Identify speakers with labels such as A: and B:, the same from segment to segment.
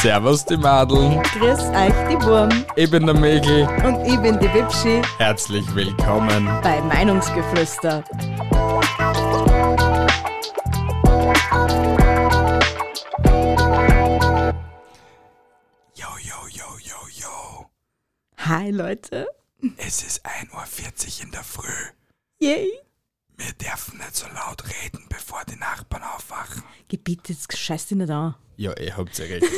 A: Servus die Madeln,
B: Grüß euch, die Wurm.
A: ich bin der Mäkel.
B: Und ich bin die Wipschi
A: Herzlich willkommen.
B: bei Meinungsgeflüster.
A: Yo, yo, yo, yo, yo.
B: Hi, Leute.
A: Es ist 1.40 Uhr in der Früh.
B: Yay.
A: Wir dürfen nicht so laut reden, bevor die Nachbarn aufwachen.
B: Gebiet, jetzt scheiß dich nicht an.
A: Ja, ihr habt ja recht.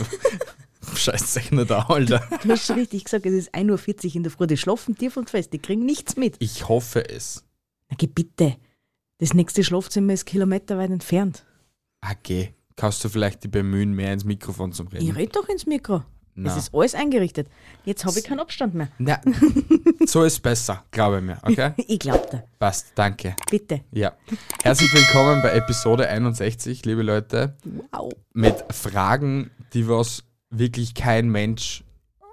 A: Scheiß dich nicht an, Alter.
B: Du hast schon richtig gesagt, es ist 1.40 Uhr in der Früh. Die schlafen tief und fest, die kriegen nichts mit.
A: Ich hoffe es.
B: Na, geh bitte. Das nächste Schlafzimmer ist kilometerweit entfernt.
A: Okay. Kannst du vielleicht die bemühen, mehr ins Mikrofon zu reden?
B: Ich red doch ins Mikro.
A: Hm. Na.
B: Es ist alles eingerichtet. Jetzt habe ich keinen Abstand mehr.
A: Na, so ist besser, glaube ich mir, okay?
B: Ich glaub dir.
A: Passt, danke.
B: Bitte.
A: Ja. Herzlich willkommen bei Episode 61, liebe Leute.
B: Wow.
A: mit Fragen, die was wirklich kein Mensch,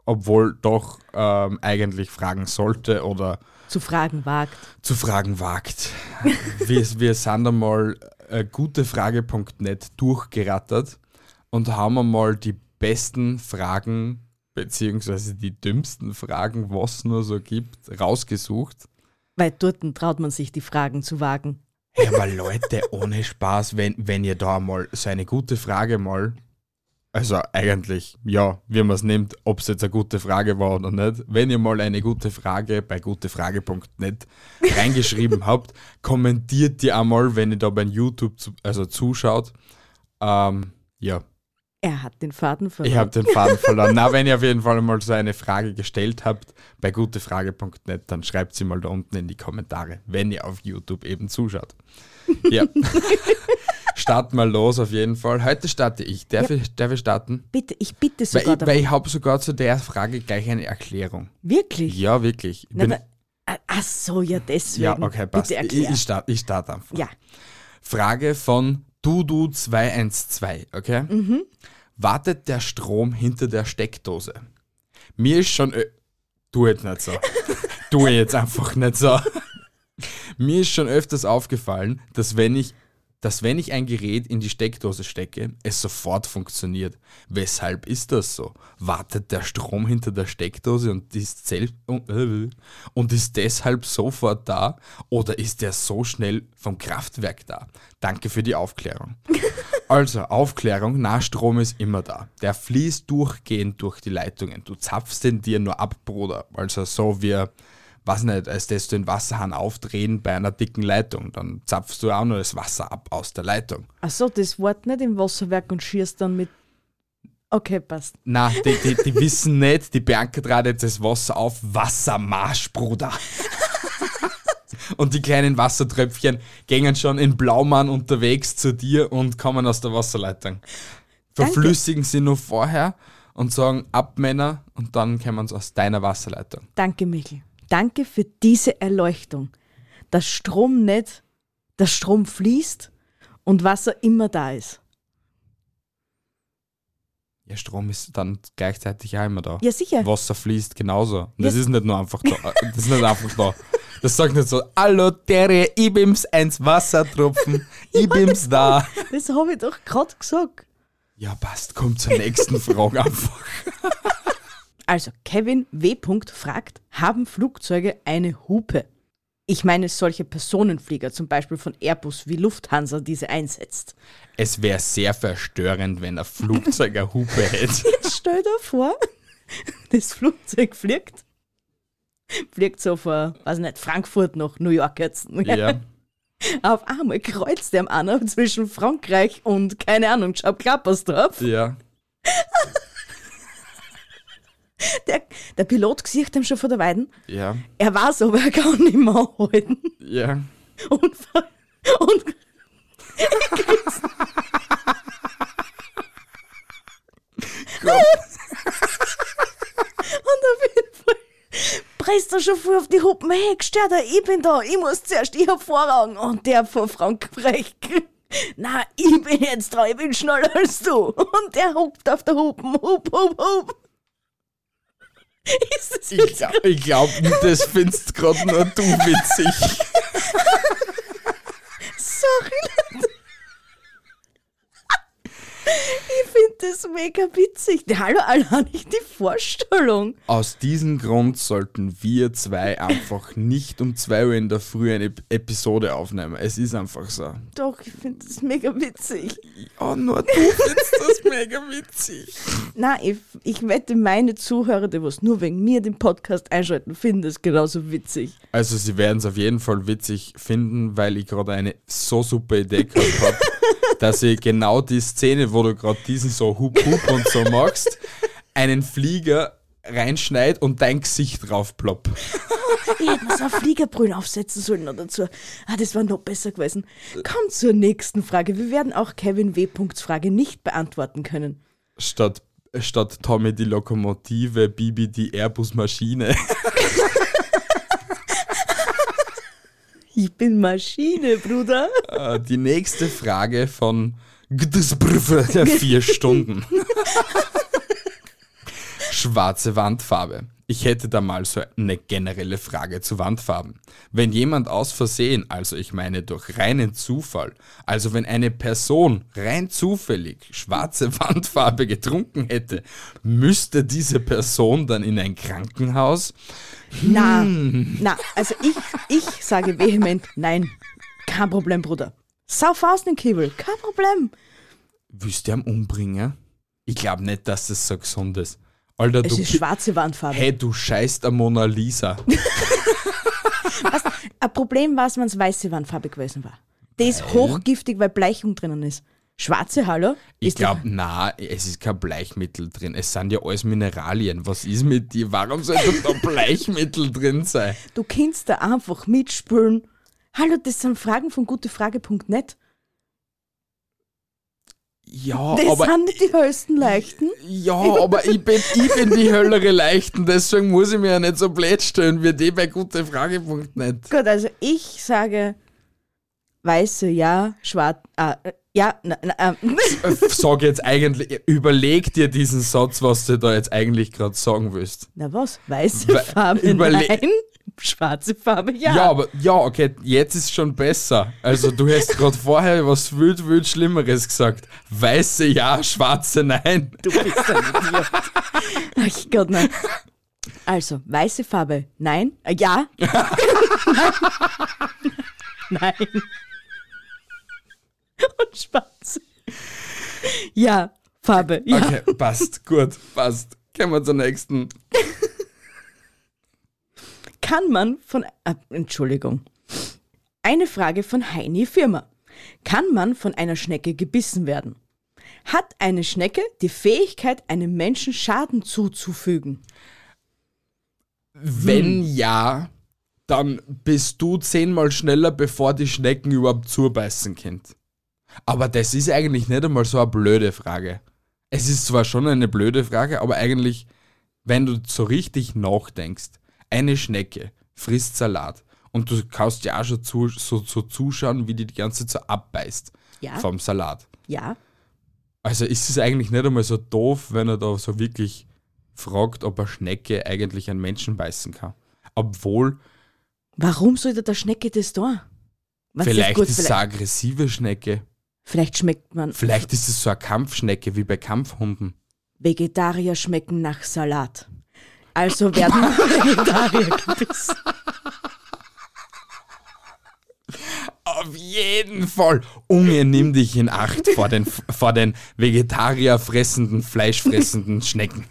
A: obwohl doch ähm, eigentlich fragen sollte oder
B: Zu fragen wagt.
A: zu fragen wagt. wir, wir sind einmal äh, gutefrage.net durchgerattert und haben einmal die besten Fragen beziehungsweise die dümmsten Fragen, was nur so gibt, rausgesucht.
B: Weil dort traut man sich, die Fragen zu wagen.
A: Hey, aber Leute, ohne Spaß, wenn, wenn ihr da mal so eine gute Frage mal, also eigentlich, ja, wie man es nimmt, ob es jetzt eine gute Frage war oder nicht, wenn ihr mal eine gute Frage bei gutefrage.net reingeschrieben habt, kommentiert die einmal, wenn ihr da bei YouTube zu, also zuschaut. Ähm, ja,
B: Er hat den Faden verloren.
A: ich habe den Faden verloren. Na, wenn ihr auf jeden Fall mal so eine Frage gestellt habt bei gutefrage.net, dann schreibt sie mal da unten in die Kommentare, wenn ihr auf YouTube eben zuschaut. Ja. Starten wir los auf jeden Fall. Heute starte ich. Darf, ich, darf ich starten?
B: Bitte, ich bitte
A: Weil
B: sogar
A: ich,
B: darum.
A: weil ich habe sogar zu der Frage gleich eine Erklärung.
B: Wirklich?
A: Ja, wirklich. Ich
B: Na,
A: bin,
B: aber, ah, ach so, ja, deswegen.
A: ja, okay, passt.
B: Bitte
A: Ich,
B: erklär.
A: ich starte ich start einfach.
B: ja,
A: Frage von Dudu212, okay? Wartet der Strom hinter der Steckdose? Mir ist schon. ö- Tu jetzt nicht so. tu jetzt einfach nicht so. Mir ist schon öfters aufgefallen, dass wenn ich dass wenn ich ein Gerät in die Steckdose stecke, es sofort funktioniert. Weshalb ist das so? Wartet der Strom hinter der Steckdose und ist, selbst, und, äh, und ist deshalb sofort da? Oder ist der so schnell vom Kraftwerk da? Danke für die Aufklärung. Also, Aufklärung, Nahstrom ist immer da. Der fließt durchgehend durch die Leitungen. Du zapfst den dir nur ab, Bruder. Also so wie, weiß nicht, als dass du den Wasserhahn aufdrehen bei einer dicken Leitung. Dann zapfst du auch nur das Wasser ab aus der Leitung.
B: ach so, das Wort nicht im Wasserwerk und schierst dann mit. Okay, passt.
A: Na, die, die, die wissen nicht, die Bianca trat jetzt das Wasser auf. Wassermarsch, Bruder. Und die kleinen Wassertröpfchen gingen schon in Blaumann unterwegs zu dir und kommen aus der Wasserleitung. Verflüssigen sie nur vorher und sagen ab Männer und dann kommen sie aus deiner Wasserleitung.
B: Danke, Michel. Danke für diese Erleuchtung. Dass Strom nicht, dass Strom fließt und Wasser immer da ist.
A: Ja, Strom ist dann gleichzeitig auch immer da.
B: Ja, sicher.
A: Wasser fließt genauso. Und das
B: Ja.
A: ist nicht nur einfach da. Das ist nicht einfach da. Das sagt nicht so, hallo Terry, ich bin's, eins Wassertropfen, ich bin's da.
B: Das habe ich doch gerade gesagt.
A: Ja, passt, komm zur nächsten Frage einfach.
B: Also, Kevin W. fragt, haben Flugzeuge eine Hupe? Ich meine solche Personenflieger, zum Beispiel von Airbus wie Lufthansa, diese einsetzt.
A: Es wäre sehr verstörend, wenn ein Flugzeug eine Hupe hätte.
B: Jetzt stell dir vor, das Flugzeug fliegt. Fliegt so von, weiß nicht, Frankfurt nach New York jetzt.
A: ja.
B: Auf einmal kreuzt der einer zwischen Frankreich und, keine Ahnung, Schabklappersdorf.
A: Ja.
B: Der, der Pilot sieht ihm schon von der Weiden.
A: Ja.
B: Er weiß aber, er kann nicht mehr anhalten.
A: Ja.
B: Und, und reißt da schon früh auf die Huppen. Hey, gestörter, ich bin da. Ich muss zuerst ich hab Vorrang. Und der von Frankreich. Na, ich bin jetzt dran. Ich bin schneller als du. Und der hupt auf der Hupen. Hup, hup, hup. Ist das
A: Ich glaube, glaub, das findest gerade nur du witzig.
B: Sorry, Leute. Ich finde das mega witzig. Hallo, allein nicht die Vorstellung.
A: Aus diesem Grund sollten wir zwei einfach nicht um 2 Uhr in der Früh eine Episode aufnehmen. Es ist einfach so.
B: Doch, ich finde das mega witzig.
A: Oh, nur du findest das mega witzig.
B: Nein, ich, ich wette, meine Zuhörer, die was nur wegen mir den Podcast einschalten, finden es genauso witzig.
A: Also sie werden es auf jeden Fall witzig finden, weil ich gerade eine so super Idee gehabt habe, dass ich genau die Szene, wo du gerade diesen so hup hup und so machst, einen Flieger reinschneid und dein Gesicht drauf plopp.
B: Ich hätte mir so eine Fliegerbrühen aufsetzen sollen noch dazu. Ah, das war noch besser gewesen. Kommt zur nächsten Frage. Wir werden auch Kevin W. Punkts Frage nicht beantworten können.
A: Statt, statt Tommy die Lokomotive, Bibi die Airbus-Maschine.
B: Ich bin Maschine, Bruder.
A: Äh, die nächste Frage von Gdesbrüffe der vier Stunden. Schwarze Wandfarbe. Ich hätte da mal so eine generelle Frage zu Wandfarben. Wenn jemand aus Versehen, also ich meine durch reinen Zufall, also wenn eine Person rein zufällig schwarze Wandfarbe getrunken hätte, müsste diese Person dann in ein Krankenhaus?
B: Na,
A: Hm.
B: na, also ich, ich sage vehement nein. Kein Problem, Bruder. Sauf aus den Kiebel, kein Problem.
A: Willst du ihn umbringen? Ich glaube nicht, dass das so gesund ist. Alter,
B: Es
A: du
B: ist schwarze Wandfarbe.
A: Hey, du scheißt am Mona Lisa.
B: Ein Problem war es, wenn es weiße Wandfarbe gewesen war. Die ist hochgiftig, weil Bleichung drinnen ist. Schwarze, hallo?
A: Ich
B: Ist
A: glaube,
B: doch-
A: na, es ist kein Bleichmittel drin. Es sind ja alles Mineralien. Was ist mit dir? Warum sollte da Bleichmittel drin sein?
B: Du kannst da einfach mitspülen. Hallo, das sind Fragen von gutefrage.net.
A: Ja,
B: Das
A: aber
B: sind nicht die höchsten Leichten.
A: ja, aber ich bin, ich bin die Höllere Leichten, deswegen muss ich mir ja nicht so blöd stellen, wie die bei gute Fragepunkt nicht.
B: Gut, also ich sage weiße, ja, schwarz, ah, äh, ja, na, na, ähm,
A: Sag jetzt eigentlich, überleg dir diesen Satz, was du da jetzt eigentlich gerade sagen willst.
B: na was, weiße
A: We-
B: Farbe
A: überle-
B: nein, schwarze Farbe ja.
A: Ja. aber ja, okay, jetzt ist schon besser. Also du hast gerade vorher was wild, wild Schlimmeres gesagt. Weiße ja, schwarze nein.
B: du bist ein Idiot. Ach Gott, nein. Also, weiße Farbe, nein, Äh, ja. nein. nein. Und schwarze. Ja, Farbe, ja.
A: Okay, passt, gut, passt. Kommen wir zur nächsten.
B: kann man von, äh, Entschuldigung, eine Frage von Heini Firma. Kann man von einer Schnecke gebissen werden? Hat eine Schnecke die Fähigkeit, einem Menschen Schaden zuzufügen?
A: Wenn ja, dann bist du zehnmal schneller, bevor die Schnecken überhaupt zubeißen könnt. Aber das ist eigentlich nicht einmal so eine blöde Frage. Es ist zwar schon eine blöde Frage, aber eigentlich, wenn du so richtig nachdenkst, eine Schnecke frisst Salat und du kannst ja auch schon zu, so, so zuschauen, wie die die ganze Zeit so abbeißt
B: Ja.
A: vom Salat.
B: Ja.
A: Also ist es eigentlich nicht einmal so doof, wenn er da so wirklich fragt, ob eine Schnecke eigentlich einen Menschen beißen kann. Obwohl,
B: Warum sollte der Schnecke das da? Was
A: vielleicht
B: gut,
A: ist es eine aggressive Schnecke.
B: vielleicht schmeckt man,
A: Vielleicht ist es so eine Kampfschnecke wie bei Kampfhunden.
B: Vegetarier schmecken nach Salat. Also werden Vegetarier gebissen.
A: Auf jeden Fall! Unge, nimm dich in Acht vor den, vor den vegetarierfressenden, fleischfressenden Schnecken.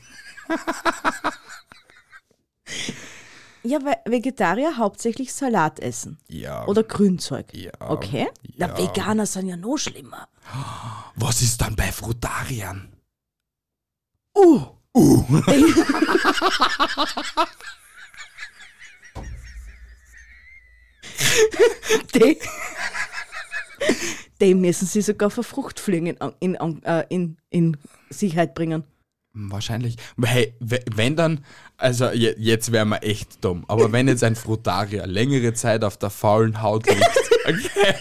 B: Ja, weil Vegetarier hauptsächlich Salat essen.
A: Ja.
B: Oder Grünzeug.
A: Ja.
B: Okay? Na,
A: Ja.
B: Veganer sind ja noch schlimmer.
A: Was ist dann bei Frutariern?
B: Uh. die, die müssen sie sogar vor Fruchtfliegen in, in, äh, in, in Sicherheit bringen.
A: Wahrscheinlich. Hey, we- wenn dann, also je- jetzt wären wir echt dumm, aber wenn jetzt ein Frutarier längere Zeit auf der faulen Haut liegt, okay,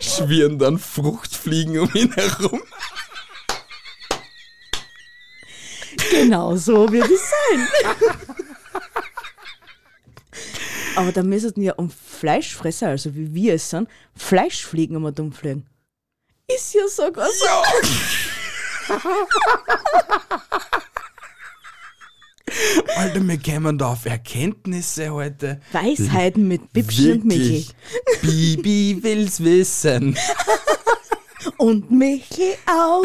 A: schwirren dann Fruchtfliegen um ihn herum.
B: Genau so wird es sein. Aber da müssten ja um Fleischfresser, also wie wir es sind, Fleischfliegen um dumm fliegen. Ist ja sogar so.
A: Alter, wir kämen da auf Erkenntnisse heute.
B: Weisheiten mit Bibschen und Michel.
A: Wirklich. Bibi will's wissen.
B: Und Michel auch.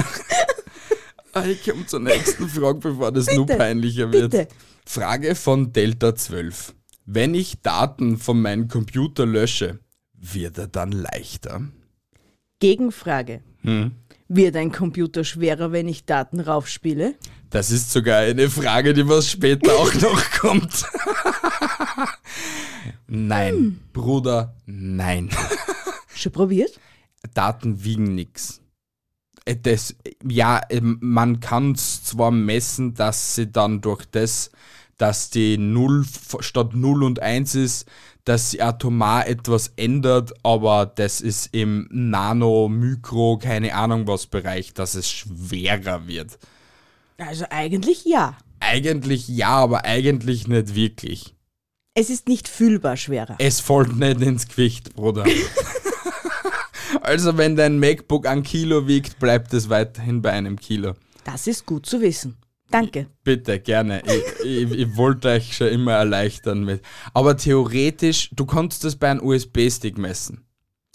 A: Ah, Ich komme zur nächsten Frage, bevor das nur
B: Bitte,
A: peinlicher wird.
B: bitte.
A: Frage von Delta 12. Wenn ich Daten von meinem Computer lösche, wird er dann leichter?
B: Gegenfrage. Wird ein Computer schwerer, wenn ich Daten raufspiele?
A: Das ist sogar eine Frage, die was später auch noch kommt. nein, Bruder, nein.
B: Schon probiert?
A: Daten wiegen nix. Äh, Das, ja, ähm, man kann zwar messen, dass sie dann durch das, dass die 0 f- statt 0 und 1 ist, dass sie atomar etwas ändert, aber das ist im Nano, Mikro, keine Ahnung was Bereich, dass es schwerer wird.
B: Also eigentlich ja.
A: Eigentlich ja, aber eigentlich nicht wirklich.
B: Es ist nicht fühlbar schwerer.
A: Es fällt nicht ins Gewicht, Bruder. also, wenn dein MacBook ein Kilo wiegt, bleibt es weiterhin bei einem Kilo.
B: Das ist gut zu wissen. Danke.
A: Bitte, gerne. Ich, ich, ich wollte euch schon immer erleichtern mit. Aber theoretisch, du kannst das bei einem USB-Stick messen.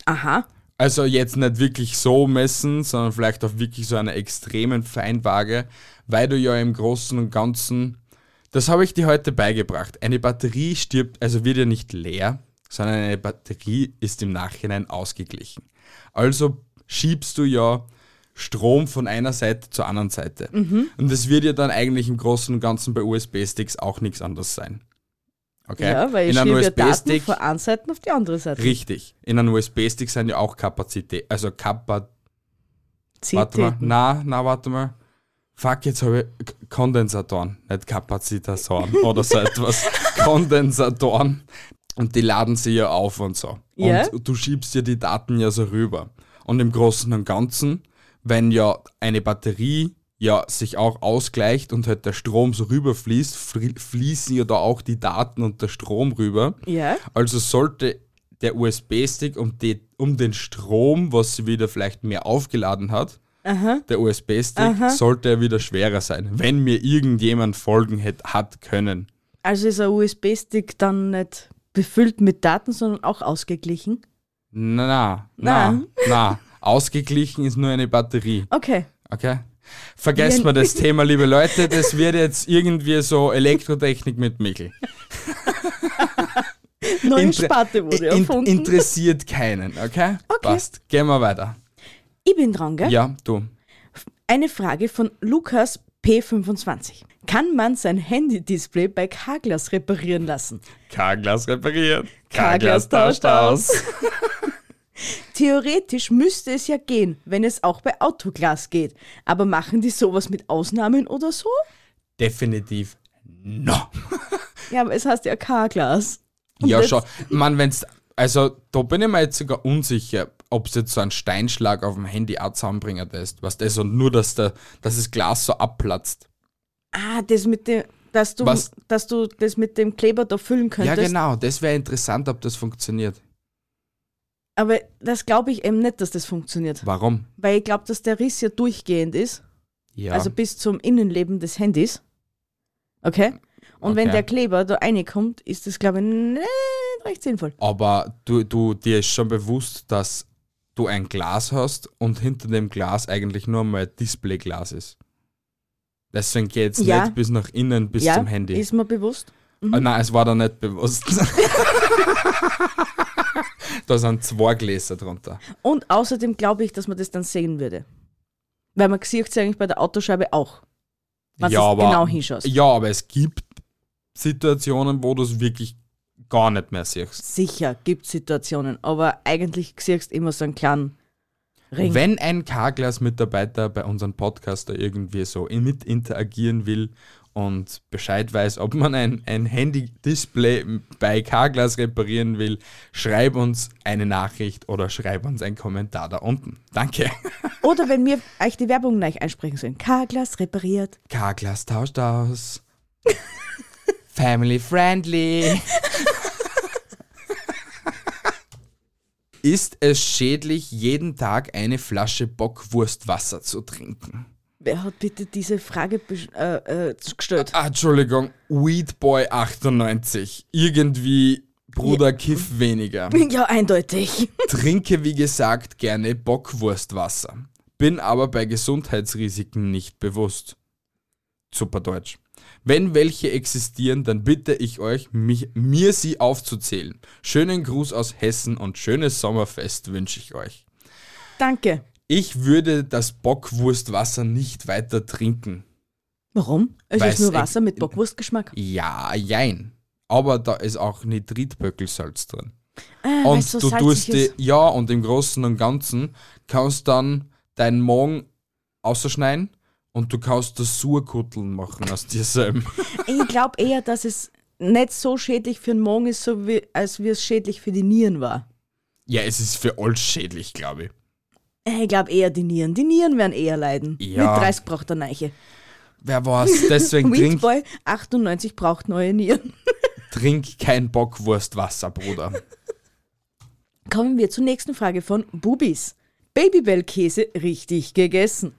B: Aha.
A: Also jetzt nicht wirklich so messen, sondern vielleicht auf wirklich so einer extremen Feinwaage, weil du ja im Großen und Ganzen, das habe ich dir heute beigebracht, eine Batterie stirbt, also wird ja nicht leer, sondern eine Batterie ist im Nachhinein ausgeglichen. Also schiebst du ja Strom von einer Seite zur anderen Seite.
B: Mhm.
A: Und das wird ja dann eigentlich im Großen und Ganzen bei USB-Sticks auch nichts anderes sein. Okay?
B: Ja, weil ich
A: In einem
B: schiebe ja Daten
A: USB-Stick
B: von einer Seite auf die andere Seite.
A: Richtig. In einem USB-Stick sind ja auch Kapazität, also Kappa.
B: Zieht
A: Warte mal.
B: die-
A: Na, na, warte mal. Fuck, jetzt habe ich K- Kondensatoren, nicht Kapazitatoren oder so etwas. Kondensatoren. Und die laden sie ja auf und so.
B: Ja.
A: Und du schiebst ja die Daten ja so rüber. Und im Großen und Ganzen, wenn ja eine Batterie ja sich auch ausgleicht und halt der Strom so rüberfließt, fri- fließen ja da auch die Daten und der Strom rüber.
B: Ja.
A: Also sollte der USB-Stick um, die- um den Strom, was sie wieder vielleicht mehr aufgeladen hat, der USB-Stick, sollte er wieder schwerer sein, wenn mir irgendjemand folgen hätt, hat können.
B: Also ist ein USB-Stick dann nicht befüllt mit Daten, sondern auch ausgeglichen?
A: Na, na, na,
B: Na.
A: na. Ausgeglichen ist nur eine Batterie.
B: Okay.
A: Okay. Vergesst mal das Thema, liebe Leute. Das wird jetzt irgendwie so Elektrotechnik mit Michel.
B: Neue
A: Inter-
B: Sparte wurde
A: in-
B: erfunden.
A: interessiert keinen, okay? okay? Passt. Gehen wir weiter.
B: ich bin dran, gell?
A: Ja, du.
B: Eine Frage von Lukas P25. Kann man sein Handy-Display bei Carglass reparieren lassen?
A: K-Glas repariert.
B: K-Glas tauscht aus. Theoretisch müsste es ja gehen, wenn es auch bei Autoglas geht. Aber machen die sowas mit Ausnahmen oder so?
A: Definitiv no.
B: Ja, aber es heißt ja Carglass.
A: Ja,
B: das-
A: schon. Man, wenn's, also da bin ich mir jetzt sogar unsicher, ob es jetzt so einen Steinschlag auf dem Handy auch zusammenbringen ist. Was das und also nur, dass, der, dass das Glas so abplatzt.
B: Ah, das mit dem, dass du,
A: Was?
B: dass du das mit dem Kleber da füllen
A: Ja,
B: könntest.
A: genau. Das wäre interessant, ob das funktioniert.
B: Aber das glaube ich eben nicht, dass das funktioniert.
A: Warum?
B: Weil ich glaube, dass der Riss ja durchgehend ist,
A: Ja.
B: also bis zum Innenleben des Handys. Okay? Und wenn
A: Okay.
B: der Kleber da reinkommt, ist das, glaube ich, nicht recht sinnvoll.
A: Aber du, du, dir ist schon bewusst, dass du ein Glas hast und hinter dem Glas eigentlich nur mal ein Displayglas ist. Deswegen geht es
B: Ja.
A: nicht bis nach innen, bis
B: ja,
A: zum Handy.
B: ist mir bewusst.
A: Ah, Nein, es war da nicht bewusst. da sind zwei Gläser drunter.
B: Und außerdem glaube ich, dass man das dann sehen würde. Weil man sieht es eigentlich bei der Autoscheibe auch. Wenn du genau hinschaust.
A: Ja, aber es gibt Situationen, wo du es wirklich gar nicht mehr siehst.
B: Sicher gibt es Situationen, aber eigentlich siehst du immer so einen kleinen Ring.
A: Wenn ein K-Glas-Mitarbeiter bei unserem Podcaster irgendwie so in- mit interagieren will und Bescheid weiß, ob man ein, ein Handy-Display bei K-Glas reparieren will, schreib uns eine Nachricht oder schreib uns einen Kommentar da unten. Danke.
B: Oder wenn mir euch die Werbung gleich einsprechen sollen. K-Glas repariert.
A: K-Glas tauscht aus. Family friendly. Ist es schädlich, jeden Tag eine Flasche Bockwurstwasser zu trinken?
B: Wer hat bitte diese Frage besch- äh, äh, gestellt?
A: Ah, Entschuldigung, Weedboy98. Irgendwie Bruder Kiff weniger.
B: Ja, eindeutig.
A: Trinke, wie gesagt, gerne Bockwurstwasser. Bin aber bei Gesundheitsrisiken nicht bewusst. Super Deutsch. Wenn welche existieren, dann bitte ich euch, mich, mir sie aufzuzählen. Schönen Gruß aus Hessen und schönes Sommerfest wünsche ich euch.
B: Danke.
A: Ich würde das Bockwurstwasser nicht weiter trinken.
B: Warum? Es
A: Weiß
B: ist nur
A: ich-
B: Wasser mit Bockwurstgeschmack.
A: Ja, jein. Aber da ist auch Nitritböckelsalz drin.
B: Äh,
A: Und
B: weil's so
A: du
B: salzig
A: tust die,
B: ist.
A: ja, und im Großen und Ganzen kannst dann deinen Magen ausschneiden und du kannst das Surkutteln machen aus dir selber.
B: Ich glaube eher, dass es nicht so schädlich für den Magen ist, so wie, als wie es schädlich für die Nieren war.
A: ja, es ist für alles schädlich, glaube ich.
B: Äh, Ich glaube eher die Nieren. Die Nieren werden eher leiden.
A: Ja.
B: Mit 30 braucht er Neiche.
A: Wer weiß, deswegen trink,
B: Weedboy 98 braucht neue Nieren.
A: trink kein Bockwurstwasser, Bruder.
B: Kommen wir zur nächsten Frage von Bubis. Babybell-Käse richtig gegessen.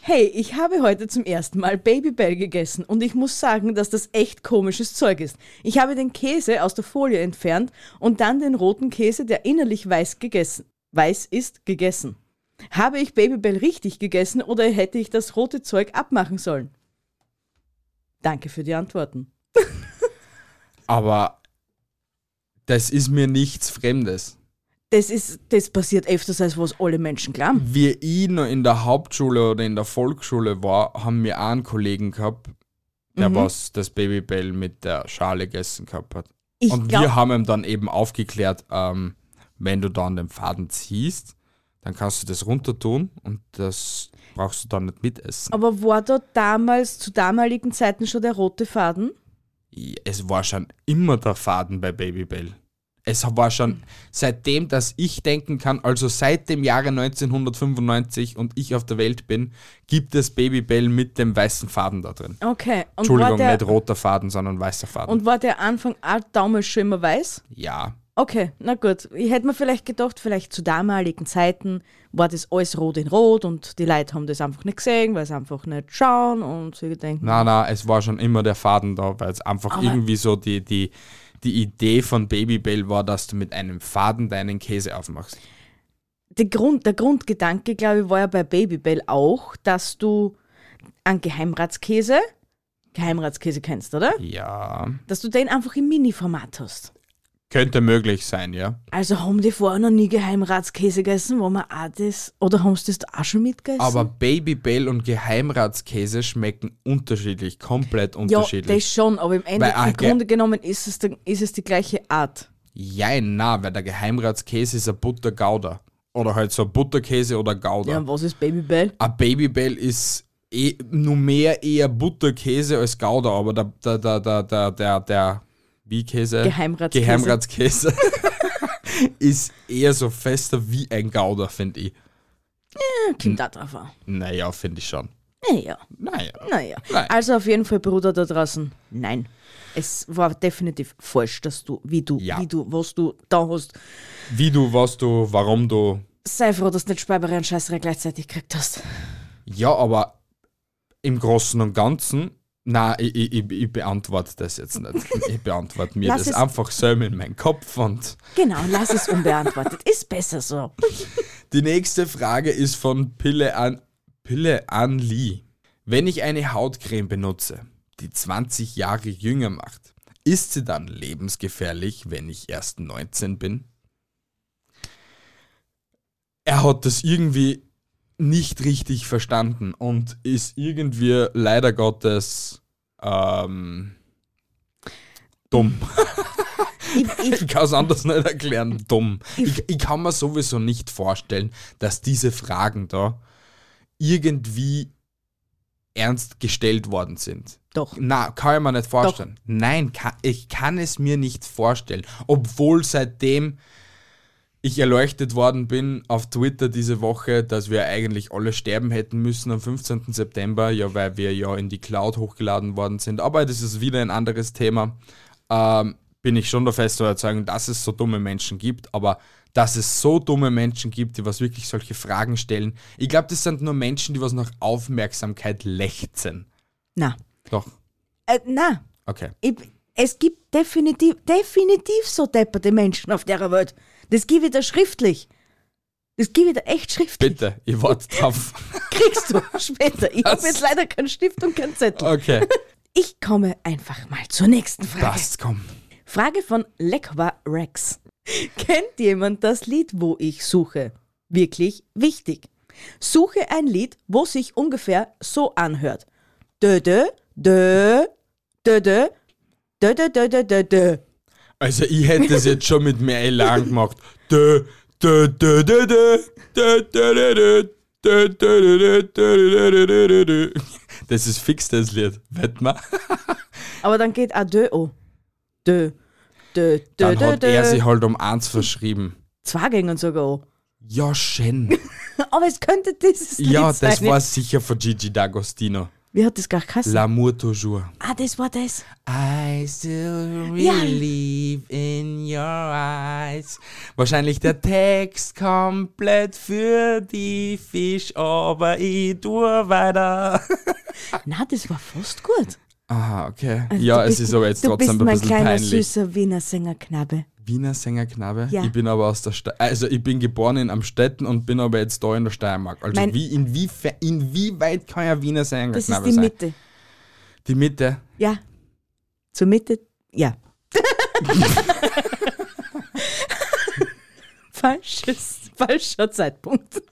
B: Hey, ich habe heute zum ersten Mal Babybell gegessen und ich muss sagen, dass das echt komisches Zeug ist. Ich habe den Käse aus der Folie entfernt und dann den roten Käse, der innerlich weiß gegessen, weiß ist, gegessen. Habe ich Babybell richtig gegessen oder hätte ich das rote Zeug abmachen sollen? Danke für die Antworten.
A: Aber das ist mir nichts Fremdes.
B: Das ist, das passiert öfters, als was alle Menschen glauben.
A: Wie ich noch in der Hauptschule oder in der Volksschule war, haben wir auch einen Kollegen gehabt, der was das Babybell mit der Schale gegessen gehabt hat.
B: Ich
A: und
B: glaub-
A: wir haben ihm dann eben aufgeklärt, ähm, wenn du dann den Faden ziehst, dann kannst du das runter tun und das brauchst du dann nicht mitessen.
B: Aber war da damals, zu damaligen Zeiten schon der rote Faden?
A: Es war schon immer der Faden bei Babybell. Es war schon seitdem, dass ich denken kann, also seit dem Jahre 1995 und ich auf der Welt bin, gibt es Babybell mit dem weißen Faden da drin.
B: Okay. Und
A: Entschuldigung,
B: war
A: nicht
B: der,
A: roter Faden, sondern weißer Faden.
B: Und war der Anfang auch damals schon immer weiß?
A: ja.
B: Okay, na gut. Ich hätte mir vielleicht gedacht, vielleicht zu damaligen Zeiten war das alles rot in rot und die Leute haben das einfach nicht gesehen, weil sie einfach nicht schauen und sie denken,
A: Na, na, es war schon immer der Faden da, weil es einfach irgendwie so die, die, die Idee von Babybell war, dass du mit einem Faden deinen Käse aufmachst.
B: der, Grund, der Grundgedanke, glaube ich, war ja bei Babybell auch, dass du einen Geheimratskäse, Geheimratskäse kennst, oder?
A: Ja.
B: Dass du den einfach im Mini-Format hast.
A: Könnte möglich sein, ja.
B: Also haben die vorher noch nie Geheimratskäse gegessen, wo man auch das, oder haben sie das auch schon mitgegessen?
A: Aber Babybell und Geheimratskäse schmecken unterschiedlich, komplett
B: ja, das
A: unterschiedlich.
B: schon, aber im, Ende,
A: Weil, ah,
B: im
A: ge-
B: Grunde genommen ist es, dann- ist es die gleiche Art.
A: Ja, na, weil der Geheimratskäse ist ein Buttergouda. Oder halt so ein Butterkäse oder Gouda.
B: Ja, und was ist Babybell?
A: ein Babybell ist eh, nur mehr eher Butterkäse als Gouda, aber der, der, der, der, der, der, der wie Käse?
B: Geheimratskäse.
A: Geheimratskäse ist eher so fester wie ein Gouda, finde ich. Hm.
B: Klingt auch drauf an.
A: Naja, finde ich schon.
B: Naja,
A: Naja.
B: naja.
A: Nein.
B: Also auf jeden Fall, Bruder da draußen, nein. Es war definitiv falsch, dass du, wie du,
A: Ja.
B: wie du, was du da hast.
A: Wie du, was du, warum du.
B: Sei froh, dass du nicht Speibere und Scheißere gleichzeitig gekriegt hast.
A: Ja, aber im Großen und Ganzen. Na, ich, ich, ich, ich beantworte das jetzt nicht. Ich beantworte mir
B: Lass
A: das
B: es-
A: einfach selber in meinen Kopf und.
B: Genau, lass es unbeantwortet. Ist besser so.
A: Die nächste Frage ist von Pille an, Pille an Lee. Wenn ich eine Hautcreme benutze, die 20 Jahre jünger macht, ist sie dann lebensgefährlich, wenn ich erst 19 bin? Er hat das irgendwie nicht richtig verstanden und ist irgendwie leider Gottes ähm, dumm.
B: Ich, ich,
A: Ich kann es anders nicht erklären, dumm. Ich, ich kann mir sowieso nicht vorstellen, dass diese Fragen da irgendwie ernst gestellt worden sind.
B: Doch.
A: Na, kann ich mir nicht vorstellen. Nein, kann, ich kann es mir nicht vorstellen. Obwohl seitdem ich erleuchtet worden bin auf Twitter diese Woche, dass wir eigentlich alle sterben hätten müssen am 15. September, ja, weil wir ja in die Cloud hochgeladen worden sind. Aber das ist wieder ein anderes Thema. Ähm, bin ich schon der festen Überzeugung, dass es so dumme Menschen gibt, aber dass es so dumme Menschen gibt, die was wirklich solche Fragen stellen. Ich glaube, das sind nur Menschen, die was nach Aufmerksamkeit lechzen.
B: na,
A: Doch,
B: äh, na,
A: okay.
B: ich, es gibt definitiv, definitiv so depperte Menschen auf der Welt. Das gebe ich dir schriftlich. Das gebe ich dir echt schriftlich.
A: Bitte, ich warte drauf.
B: Kriegst du später. Ich habe jetzt leider keinen Stift und keinen Zettel.
A: Okay,
B: Ich komme einfach mal zur nächsten Frage.
A: passt, komm.
B: Frage von Lekwa Rex. Kennt jemand das Lied, wo ich suche? Wirklich wichtig. Suche ein Lied, wo sich ungefähr so anhört. Dö, dö, dö, dö, dö, dö, dö, dö, dö, dö, dö.
A: Also ich hätte es jetzt schon mit mehr Elan gemacht. Dö, dö, dö, dö, dö, dö, dö, dö, dö, dö, dö, dö, dö, dö, dö, dö, dö, dö. Das ist fix, das Lied. Wett mal.
B: Aber dann geht Adö o. Dö, dö, dö,
A: Dann
B: dö,
A: hat er sich
B: dö.
A: halt um eins verschrieben.
B: Zwei gingen sogar o.
A: Ja, schön.
B: Aber es könnte dieses Lied
A: Ja,
B: sein.
A: das war sicher von Gigi D'Agostino.
B: Wie hat das gar geheißen?
A: L'amour toujours.
B: ah, das war das.
A: I still
B: Ja.
A: believe in your eyes. Wahrscheinlich der Text komplett für die Fisch, aber ich tue weiter.
B: Na, das war fast gut.
A: Ah, okay.
B: Also
A: Ah. ja,
B: du
A: es
B: bist-
A: ist aber jetzt
B: Du bist
A: trotzdem ein
B: mein
A: bisschen
B: kleiner,
A: peinlich.
B: süßer Wiener Sängerknabe.
A: Wiener Sängerknabe.
B: Ja.
A: Ich bin aber aus der Ste also ich bin geboren in Amstetten und bin aber jetzt da in der Steiermark. Also
B: Mein-
A: wie, inwiefern, inwieweit kann ja Wiener
B: Das
A: Sängerknabe
B: ist die
A: sein?
B: Mitte.
A: Die Mitte.
B: Ja. Zur Mitte. Ja. Falsches, falscher Zeitpunkt.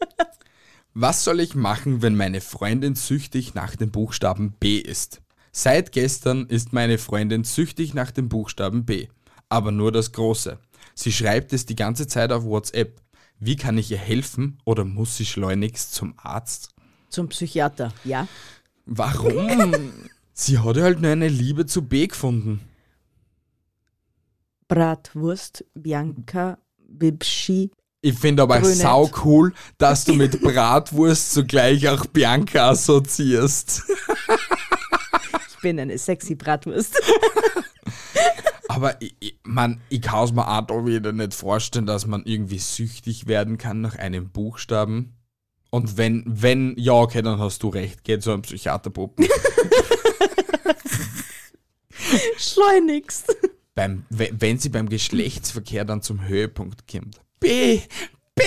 A: Was soll ich machen, wenn meine Freundin süchtig nach dem Buchstaben B ist? Seit gestern ist meine Freundin süchtig nach dem Buchstaben B, aber nur das große. Sie schreibt es die ganze Zeit auf WhatsApp. Wie kann ich ihr helfen oder muss sie schleunigst zum Arzt?
B: Zum Psychiater, ja.
A: Warum? sie hat halt nur eine Liebe zu B gefunden.
B: Bratwurst, Bianca, Bibschi.
A: Ich finde aber
B: Brünett.
A: sau cool, dass du mit Bratwurst zugleich auch Bianca assoziierst.
B: Ich bin eine sexy Bratwurst.
A: Aber ich, ich, man, ich kann es mir auch da wieder nicht vorstellen, dass man irgendwie süchtig werden kann nach einem Buchstaben. Und wenn, wenn, ja, okay, dann hast du recht, geht so ein Psychiater poppen.
B: Schleunigst.
A: beim, we- wenn sie beim Geschlechtsverkehr dann zum Höhepunkt kommt. B, B.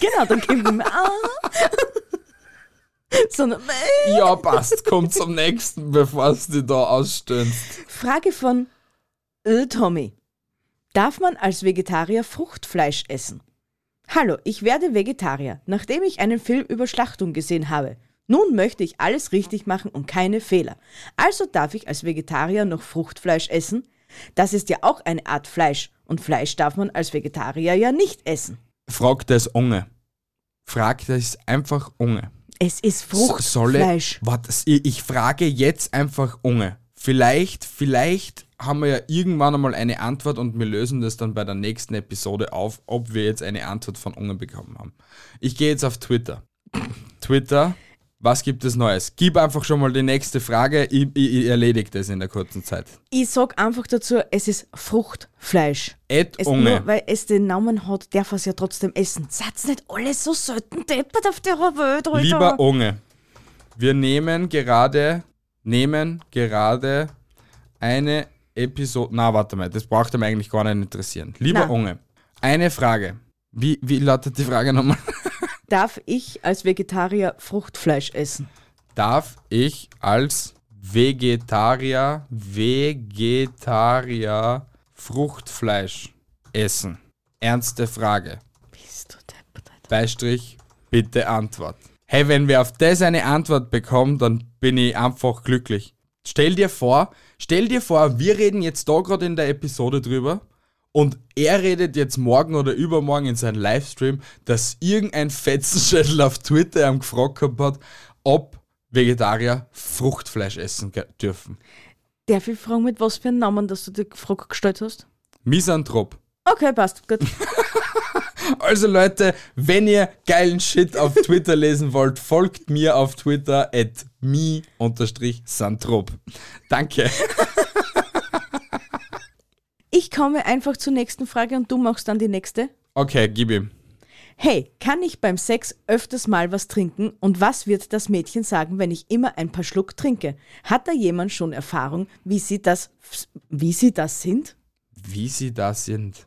B: Genau, dann geben wir mir ah. Sondern äh.
A: Ja, passt, komm zum nächsten, bevor du dich da ausstöhnst.
B: Frage von Ö Tommy. Darf man als Vegetarier Fruchtfleisch essen? Hallo, ich werde Vegetarier, nachdem ich einen Film über Schlachtung gesehen habe. Nun möchte ich alles richtig machen und keine Fehler. Also darf ich als Vegetarier noch Fruchtfleisch essen? Das ist ja auch eine Art Fleisch und Fleisch darf man als Vegetarier ja nicht essen.
A: Frag das Unge. Frag das einfach Unge.
B: Es ist
A: Soll ich,
B: Fruchtfleisch.
A: was, ich, ich frage jetzt einfach Unge. Vielleicht, vielleicht haben wir ja irgendwann einmal eine Antwort und wir lösen das dann bei der nächsten Episode auf, ob wir jetzt eine Antwort von Unge bekommen haben. Ich gehe jetzt auf Twitter. Twitter, was gibt es Neues? Gib einfach schon mal die nächste Frage. Ich, ich, ich erledige das in der kurzen Zeit.
B: Ich sag einfach dazu, es ist Fruchtfleisch.
A: Ed
B: Es,
A: Unge.
B: nur weil es den Namen hat, darf er es ja trotzdem essen. Seid's nicht alle so selten deppert auf der Welt, Alter.
A: Lieber Unge, wir nehmen gerade, nehmen gerade eine Episode. Na, warte mal, das braucht einem eigentlich gar nicht interessieren. Lieber
B: Na.
A: Unge, eine Frage. Wie, wie lautet die Frage nochmal?
B: Darf ich als Vegetarier Fruchtfleisch essen?
A: Darf ich als Vegetarier, Vegetarier Fruchtfleisch essen? Ernste Frage.
B: Bist du deppert, Alter.
A: Beistrich, bitte Antwort. Hey, wenn wir auf das eine Antwort bekommen, dann bin ich einfach glücklich. Stell dir vor, stell dir vor, wir reden jetzt da gerade in der Episode drüber und er redet jetzt morgen oder übermorgen in seinem Livestream, dass irgendein Fetzenschädel auf Twitter am gefragt gehabt hat, ob Vegetarier Fruchtfleisch essen ge- dürfen.
B: Darf ich fragen, mit was für einem Namen, dass du die Frage gestellt hast?
A: Misanthrop.
B: Okay, passt. Gut.
A: Also Leute, wenn ihr geilen Shit auf Twitter lesen wollt, folgt mir auf Twitter at me-santrop. Danke.
B: Ich komme einfach zur nächsten Frage und du machst dann die nächste.
A: Okay, gib ihm.
B: Hey, kann ich beim Sex öfters mal was trinken? Und was wird das Mädchen sagen, wenn ich immer ein paar Schluck trinke? Hat da jemand schon Erfahrung, wie sie das, wie sie das sind?
A: Wie sie da sind.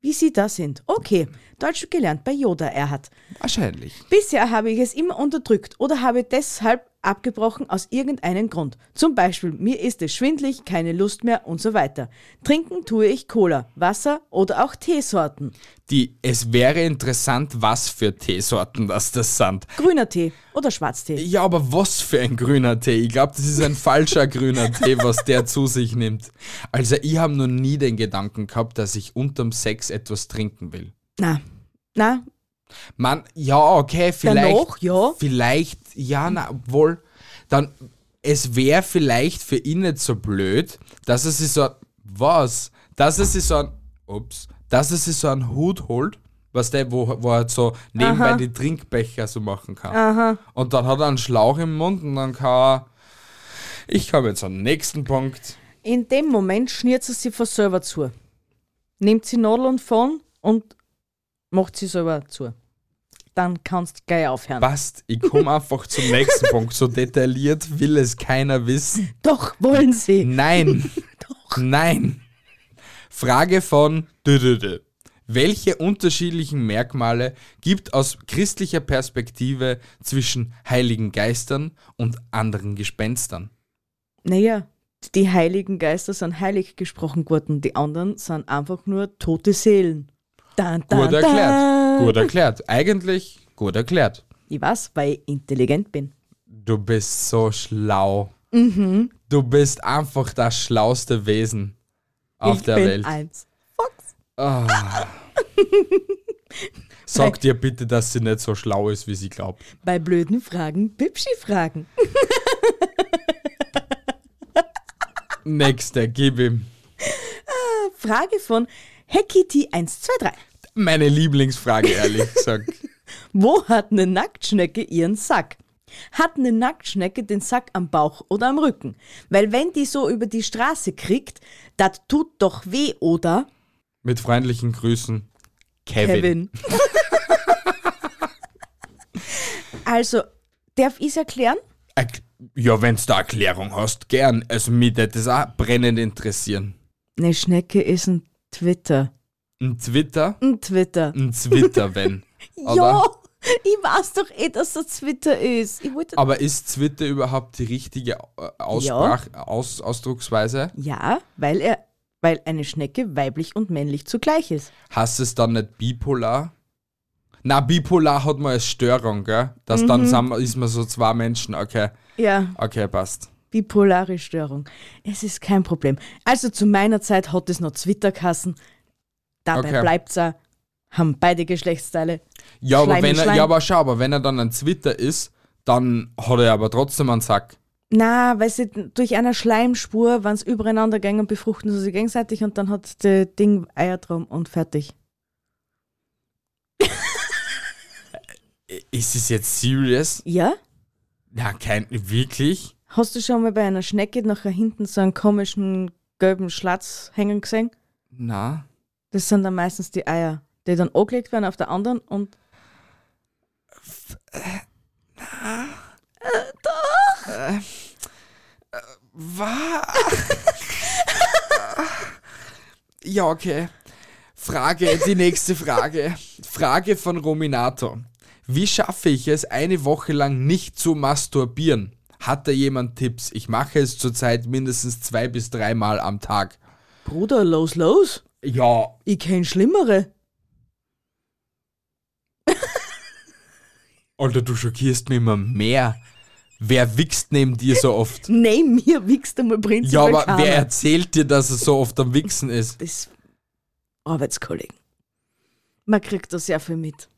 B: Wie sie da sind. Okay, Deutsch gelernt bei Yoda, er hat.
A: Wahrscheinlich.
B: Bisher habe ich es immer unterdrückt oder habe deshalb abgebrochen aus irgendeinem Grund. Zum Beispiel, mir ist es schwindlig, keine Lust mehr und so weiter. Trinken tue ich Cola, Wasser oder auch Teesorten.
A: Die, es wäre interessant, was für Teesorten das das sind.
B: Grüner Tee oder Schwarztee.
A: Ja, aber was für ein grüner Tee? Ich glaube, das ist ein falscher grüner Tee, was der zu sich nimmt. Also ich habe noch nie den Gedanken gehabt, dass ich unterm Sex etwas trinken will.
B: Na, na,
A: Man, ja, okay, vielleicht.
B: Danach, ja.
A: Vielleicht, ja, na, wohl. Dann, es wäre vielleicht für ihn nicht so blöd, dass er sich so, was? Dass er sich so ein, ups, dass er sich so einen Hut holt, was der, wo, wo er halt so nebenbei die Trinkbecher so machen kann. Und dann hat er einen Schlauch im Mund und dann kann er, ich komme jetzt am nächsten Punkt.
B: in dem Moment schniert sie sie von selber zu. Nimmt sie Nadel und Faden und macht sie selber zu. Dann kannst du gleich aufhören.
A: Passt, ich komme einfach zum nächsten Punkt. So detailliert will es keiner wissen.
B: Doch, wollen sie.
A: Nein. Nein. Frage von Düdüdü. Welche unterschiedlichen Merkmale gibt aus christlicher Perspektive zwischen heiligen Geistern und anderen Gespenstern?
B: Naja, die heiligen Geister sind heilig gesprochen worden, die anderen sind einfach nur tote Seelen. Dann, dann,
A: Gut erklärt. Gut erklärt. Eigentlich gut erklärt.
B: Ich weiß, weil ich intelligent bin.
A: Du bist so schlau.
B: Mhm.
A: Du bist einfach das schlauste Wesen auf
B: ich
A: der
B: bin
A: Welt.
B: eins.
A: Sag dir bitte, dass sie nicht so schlau ist, wie sie glaubt.
B: Bei blöden Fragen, Bibschi-Fragen.
A: Nächste, gib ihm.
B: Frage von Hekiti123.
A: Meine Lieblingsfrage, ehrlich gesagt.
B: Wo hat eine Nacktschnecke ihren Sack? Hat eine Nacktschnecke den Sack am Bauch oder am Rücken? Weil wenn die so über die Straße kriegt, das tut doch weh, oder?
A: Mit freundlichen Grüßen, Kevin.
B: Kevin. also, darf ich es erklären?
A: Erk- Ja, wenn's da Erklärung hast, gern. Also mich würde das auch brennend interessieren.
B: Eine Schnecke ist ein Twitter.
A: Ein Twitter?
B: Ein Twitter.
A: Ein Twitter, wenn. Oder?
B: Ja, ich weiß doch eh, dass das Twitter ist. Ich wollte.
A: Aber ist Twitter überhaupt die richtige äh, Aussprach, Aus, Ausdrucksweise?
B: Ja, weil er, weil eine Schnecke weiblich und männlich zugleich ist.
A: Hast es dann nicht bipolar? Na, bipolar hat man als Störung, gell? Dass
B: Mhm.
A: dann sind, wir- ist man so zwei Menschen. Okay,
B: Ja,
A: okay, passt.
B: bipolare Störung. Es ist kein Problem. Also zu meiner Zeit hat es noch Twitterkassen. Dabei
A: Okay.
B: bleibt's auch. Haben beide Geschlechtsteile.
A: Ja, aber
B: Schleim im
A: wenn er,
B: Schleim.
A: ja, aber schau, aber wenn er dann ein Twitter ist, dann hat er aber trotzdem einen Sack.
B: Na, weil sie durch einer Schleimspur, wenn sie übereinander gehen und befruchten sie sich gegenseitig und dann hat das Ding Eier drum und fertig.
A: Ist es jetzt serious?
B: Ja?
A: Ja, kein, wirklich?
B: Hast du schon mal bei einer Schnecke nachher hinten so einen komischen gelben Schlatz hängen gesehen?
A: Na.
B: Das sind dann meistens die Eier, die dann angelegt werden auf der anderen und.
A: Was? ja, okay. Frage, die nächste Frage. Frage von Rominato. Wie schaffe ich es, eine Woche lang nicht zu masturbieren? Hat da jemand Tipps? Ich mache es zurzeit mindestens zwei bis dreimal am Tag.
B: Bruder, los, los!
A: Ja,
B: Ich kenn Schlimmere.
A: Alter, du schockierst mich immer mehr. Wer wichst neben dir so oft?
B: Nee, mir wichst einmal
A: Ja,
B: prinzipiell
A: aber
B: keiner.
A: wer erzählt dir, dass er so oft am Wichsen ist?
B: Das Arbeitskollegen. Man kriegt da sehr viel mit.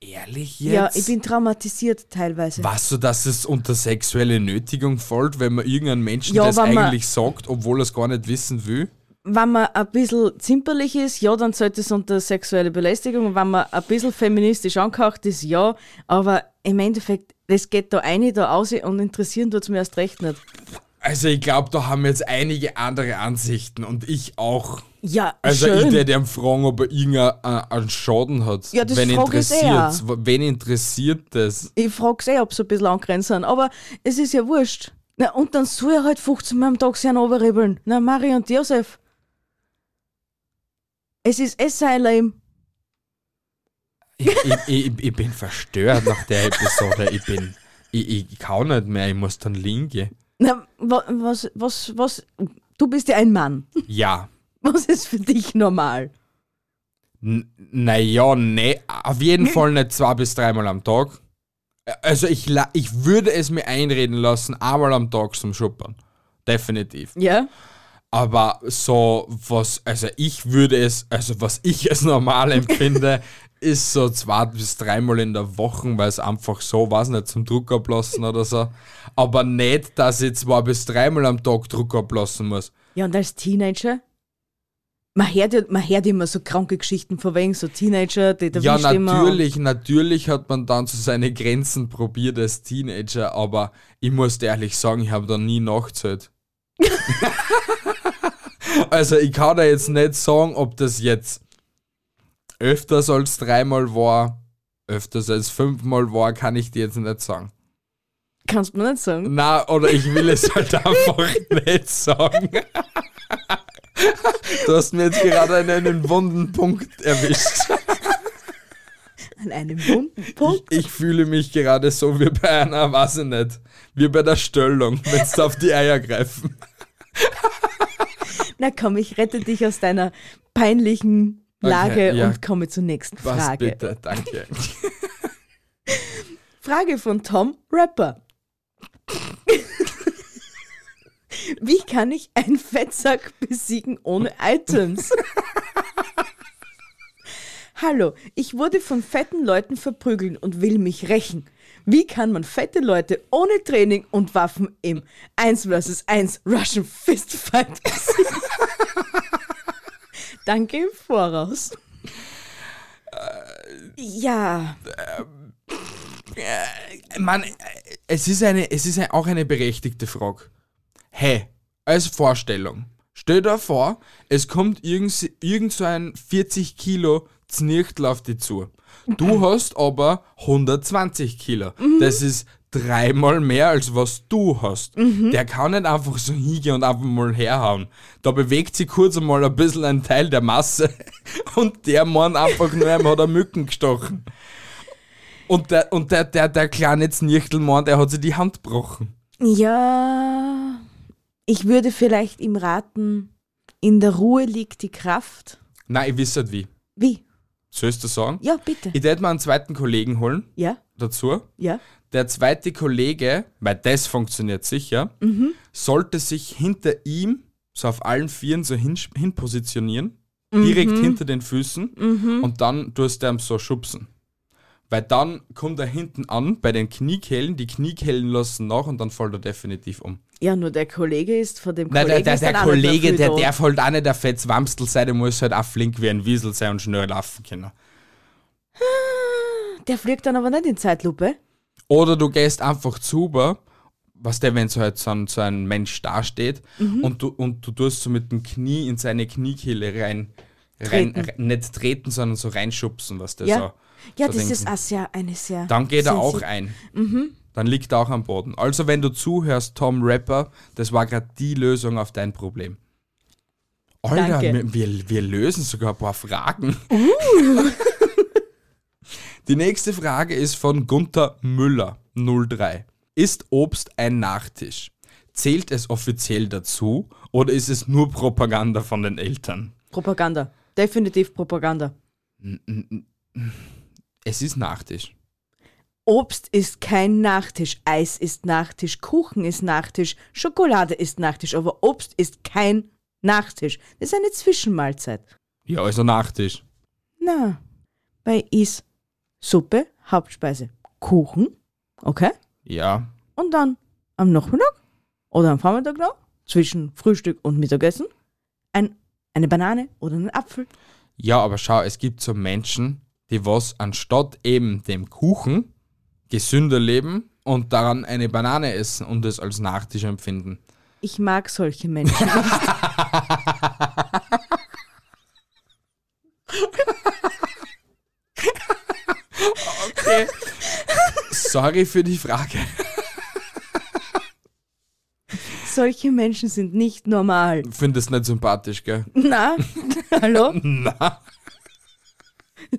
A: Ehrlich
B: Ja, ich bin traumatisiert teilweise.
A: Weißt du, dass es unter sexuelle Nötigung fällt, wenn man irgendeinem Menschen
B: Ja,
A: das
B: wenn man-
A: eigentlich sagt, obwohl er es gar nicht wissen will?
B: Wenn man ein bisschen zimperlich ist, ja, dann sollte es unter sexuelle Belästigung. Wenn man ein bisschen feministisch angehaucht ist, ja. Aber im Endeffekt, das geht da eine, da aus und interessieren tut es mir erst recht nicht.
A: Also ich glaube, da haben jetzt einige andere Ansichten und ich auch.
B: Ja,
A: Also
B: schön.
A: ich werde ihn fragen, ob er irgendeinen Schaden hat.
B: Ja, das
A: Wen
B: frag ich
A: interessiert
B: eh
A: Wen interessiert das?
B: Ich frage eh, ob sie ein bisschen angrenzt sind, aber es ist ja wurscht. Na, und dann soll er halt 15 Mal am Tag sein runterribbeln. Na, Mari und Josef. Es ist eh sein Leben.
A: Ich, ich, ich, ich bin verstört nach der Episode. Ich bin. Ich, ich kann nicht mehr, ich muss dann linke.
B: Na, wa- was, was, was, du bist ja ein Mann.
A: Ja.
B: Was ist für dich normal?
A: Naja, ne, auf jeden Fall nicht zwei bis dreimal am Tag. Also ich, la- ich würde es mir einreden lassen, einmal am Tag zum Schuppern. Definitiv.
B: Ja?
A: Aber so was, also ich würde es, also was ich als normal empfinde, ist so zwei bis dreimal in der Woche, weil es einfach so, weiß nicht, zum Druck ablassen oder so. Aber nicht, dass ich zwei bis dreimal am Tag Druck ablassen muss.
B: Ja, und als Teenager? Man hört, ja- man hört immer so kranke Geschichten von wegen so Teenager, die da
A: ja, natürlich, natürlich hat man dann so seine Grenzen probiert als Teenager, aber ich muss dir ehrlich sagen, ich habe da nie nachgezählt. also ich kann da jetzt nicht sagen, ob das jetzt öfters als dreimal war, öfters als fünfmal war, kann ich dir jetzt nicht sagen.
B: Kannst du mir nicht sagen.
A: Na, oder ich will es halt einfach nicht sagen. Du hast mir jetzt gerade einen, einen wunden Punkt erwischt.
B: An einem wunden Punkt.
A: Ich fühle mich gerade so wie bei einer, weiß ich nicht, wie bei der Stellung, wenn du auf die Eier greifen.
B: Na komm, ich rette dich aus deiner peinlichen Lage
A: Okay, ja.
B: und komme zur nächsten
A: Was
B: Frage.
A: bitte, danke.
B: Frage von Tom Rapper. Wie kann ich einen Fettsack besiegen ohne Items? Hallo, ich wurde von fetten Leuten verprügeln und will mich rächen. Wie kann man fette Leute ohne Training und Waffen im 1 vs 1 Russian Fistfight besiegen? Danke im Voraus. Ja,
A: Mann, äh, es ist, eine, es ist ein- auch eine berechtigte Frage. Hey, als Vorstellung, stell dir vor, es kommt irgend, irgend so ein 40 Kilo Znirchtl auf dich zu. Du hast aber 120 Kilo. Das ist dreimal mehr, als was du hast. Der kann nicht einfach so hingehen und einfach mal herhauen. Da bewegt sich kurz einmal ein bisschen ein Teil der Masse und der Mann einfach nur einmal hat er Mücken gestochen. Und der, und der, der, der kleine Znirchtelmann, der hat sich die Hand gebrochen.
B: Ja, ich würde vielleicht ihm raten, in der Ruhe liegt die Kraft.
A: Nein, ich weiß nicht wie.
B: Wie?
A: Sollst du sagen?
B: Ja, bitte.
A: Ich hätte mir einen zweiten Kollegen holen
B: Ja,
A: dazu.
B: ja.
A: Der zweite Kollege, weil das funktioniert sicher, sollte sich hinter ihm so auf allen Vieren so hin, hin positionieren. Direkt hinter den Füßen. Und dann tust du ihm so schubsen. Weil dann kommt er hinten an bei den Kniekehlen, die Kniekehlen lassen nach und dann fällt er definitiv um.
B: Ja, nur der Kollege ist von dem
A: Nein, der,
B: Kollegen.
A: der,
B: ist
A: der
B: dann auch nicht mehr
A: Kollege,
B: viel
A: der
B: da.
A: darf halt auch nicht der Fetzwamstel sein, der muss halt auch flink wie ein Wiesel sein und schnell laufen können.
B: Der fliegt dann aber nicht in Zeitlupe.
A: Oder du gehst einfach zu über, was der, wenn so, halt so, ein, so ein Mensch dasteht
B: Mhm.
A: und, du, und du tust so mit dem Knie in seine Kniekehle rein, rein,
B: Treten.
A: rein nicht treten, sondern so reinschubsen, was der
B: Ja,
A: so.
B: ja
A: so
B: das
A: denken.
B: ist auch sehr, eine sehr.
A: Dann geht er
B: sensi-
A: auch ein. Dann liegt er auch am Boden. Also, wenn du zuhörst, Tom Rapper, das war gerade die Lösung auf dein Problem. Alter, wir,
B: Danke.
A: wir, wir lösen sogar ein paar Fragen. die nächste Frage ist von Gunther Müller, 03. Ist Obst ein Nachtisch? Zählt es offiziell dazu oder ist es nur Propaganda von den Eltern?
B: Propaganda. Definitiv Propaganda.
A: Es ist Nachtisch.
B: Obst ist kein Nachtisch, Eis ist Nachtisch, Kuchen ist Nachtisch, Schokolade ist Nachtisch, aber Obst ist kein Nachtisch. Das ist eine Zwischenmahlzeit.
A: Ja, also Nachtisch.
B: Na, bei ist Suppe, Hauptspeise, Kuchen, okay?
A: Ja.
B: Und dann am Nachmittag oder am Vormittag noch, zwischen Frühstück und Mittagessen, ein, eine Banane oder einen Apfel.
A: Ja, aber schau, es gibt so Menschen, die was anstatt eben dem Kuchen gesünder leben und daran eine Banane essen und es als Nachtisch empfinden.
B: Ich mag solche Menschen.
A: Sorry für die Frage.
B: solche Menschen sind nicht normal.
A: Findest nicht sympathisch, gell?
B: Na, hallo?
A: Na.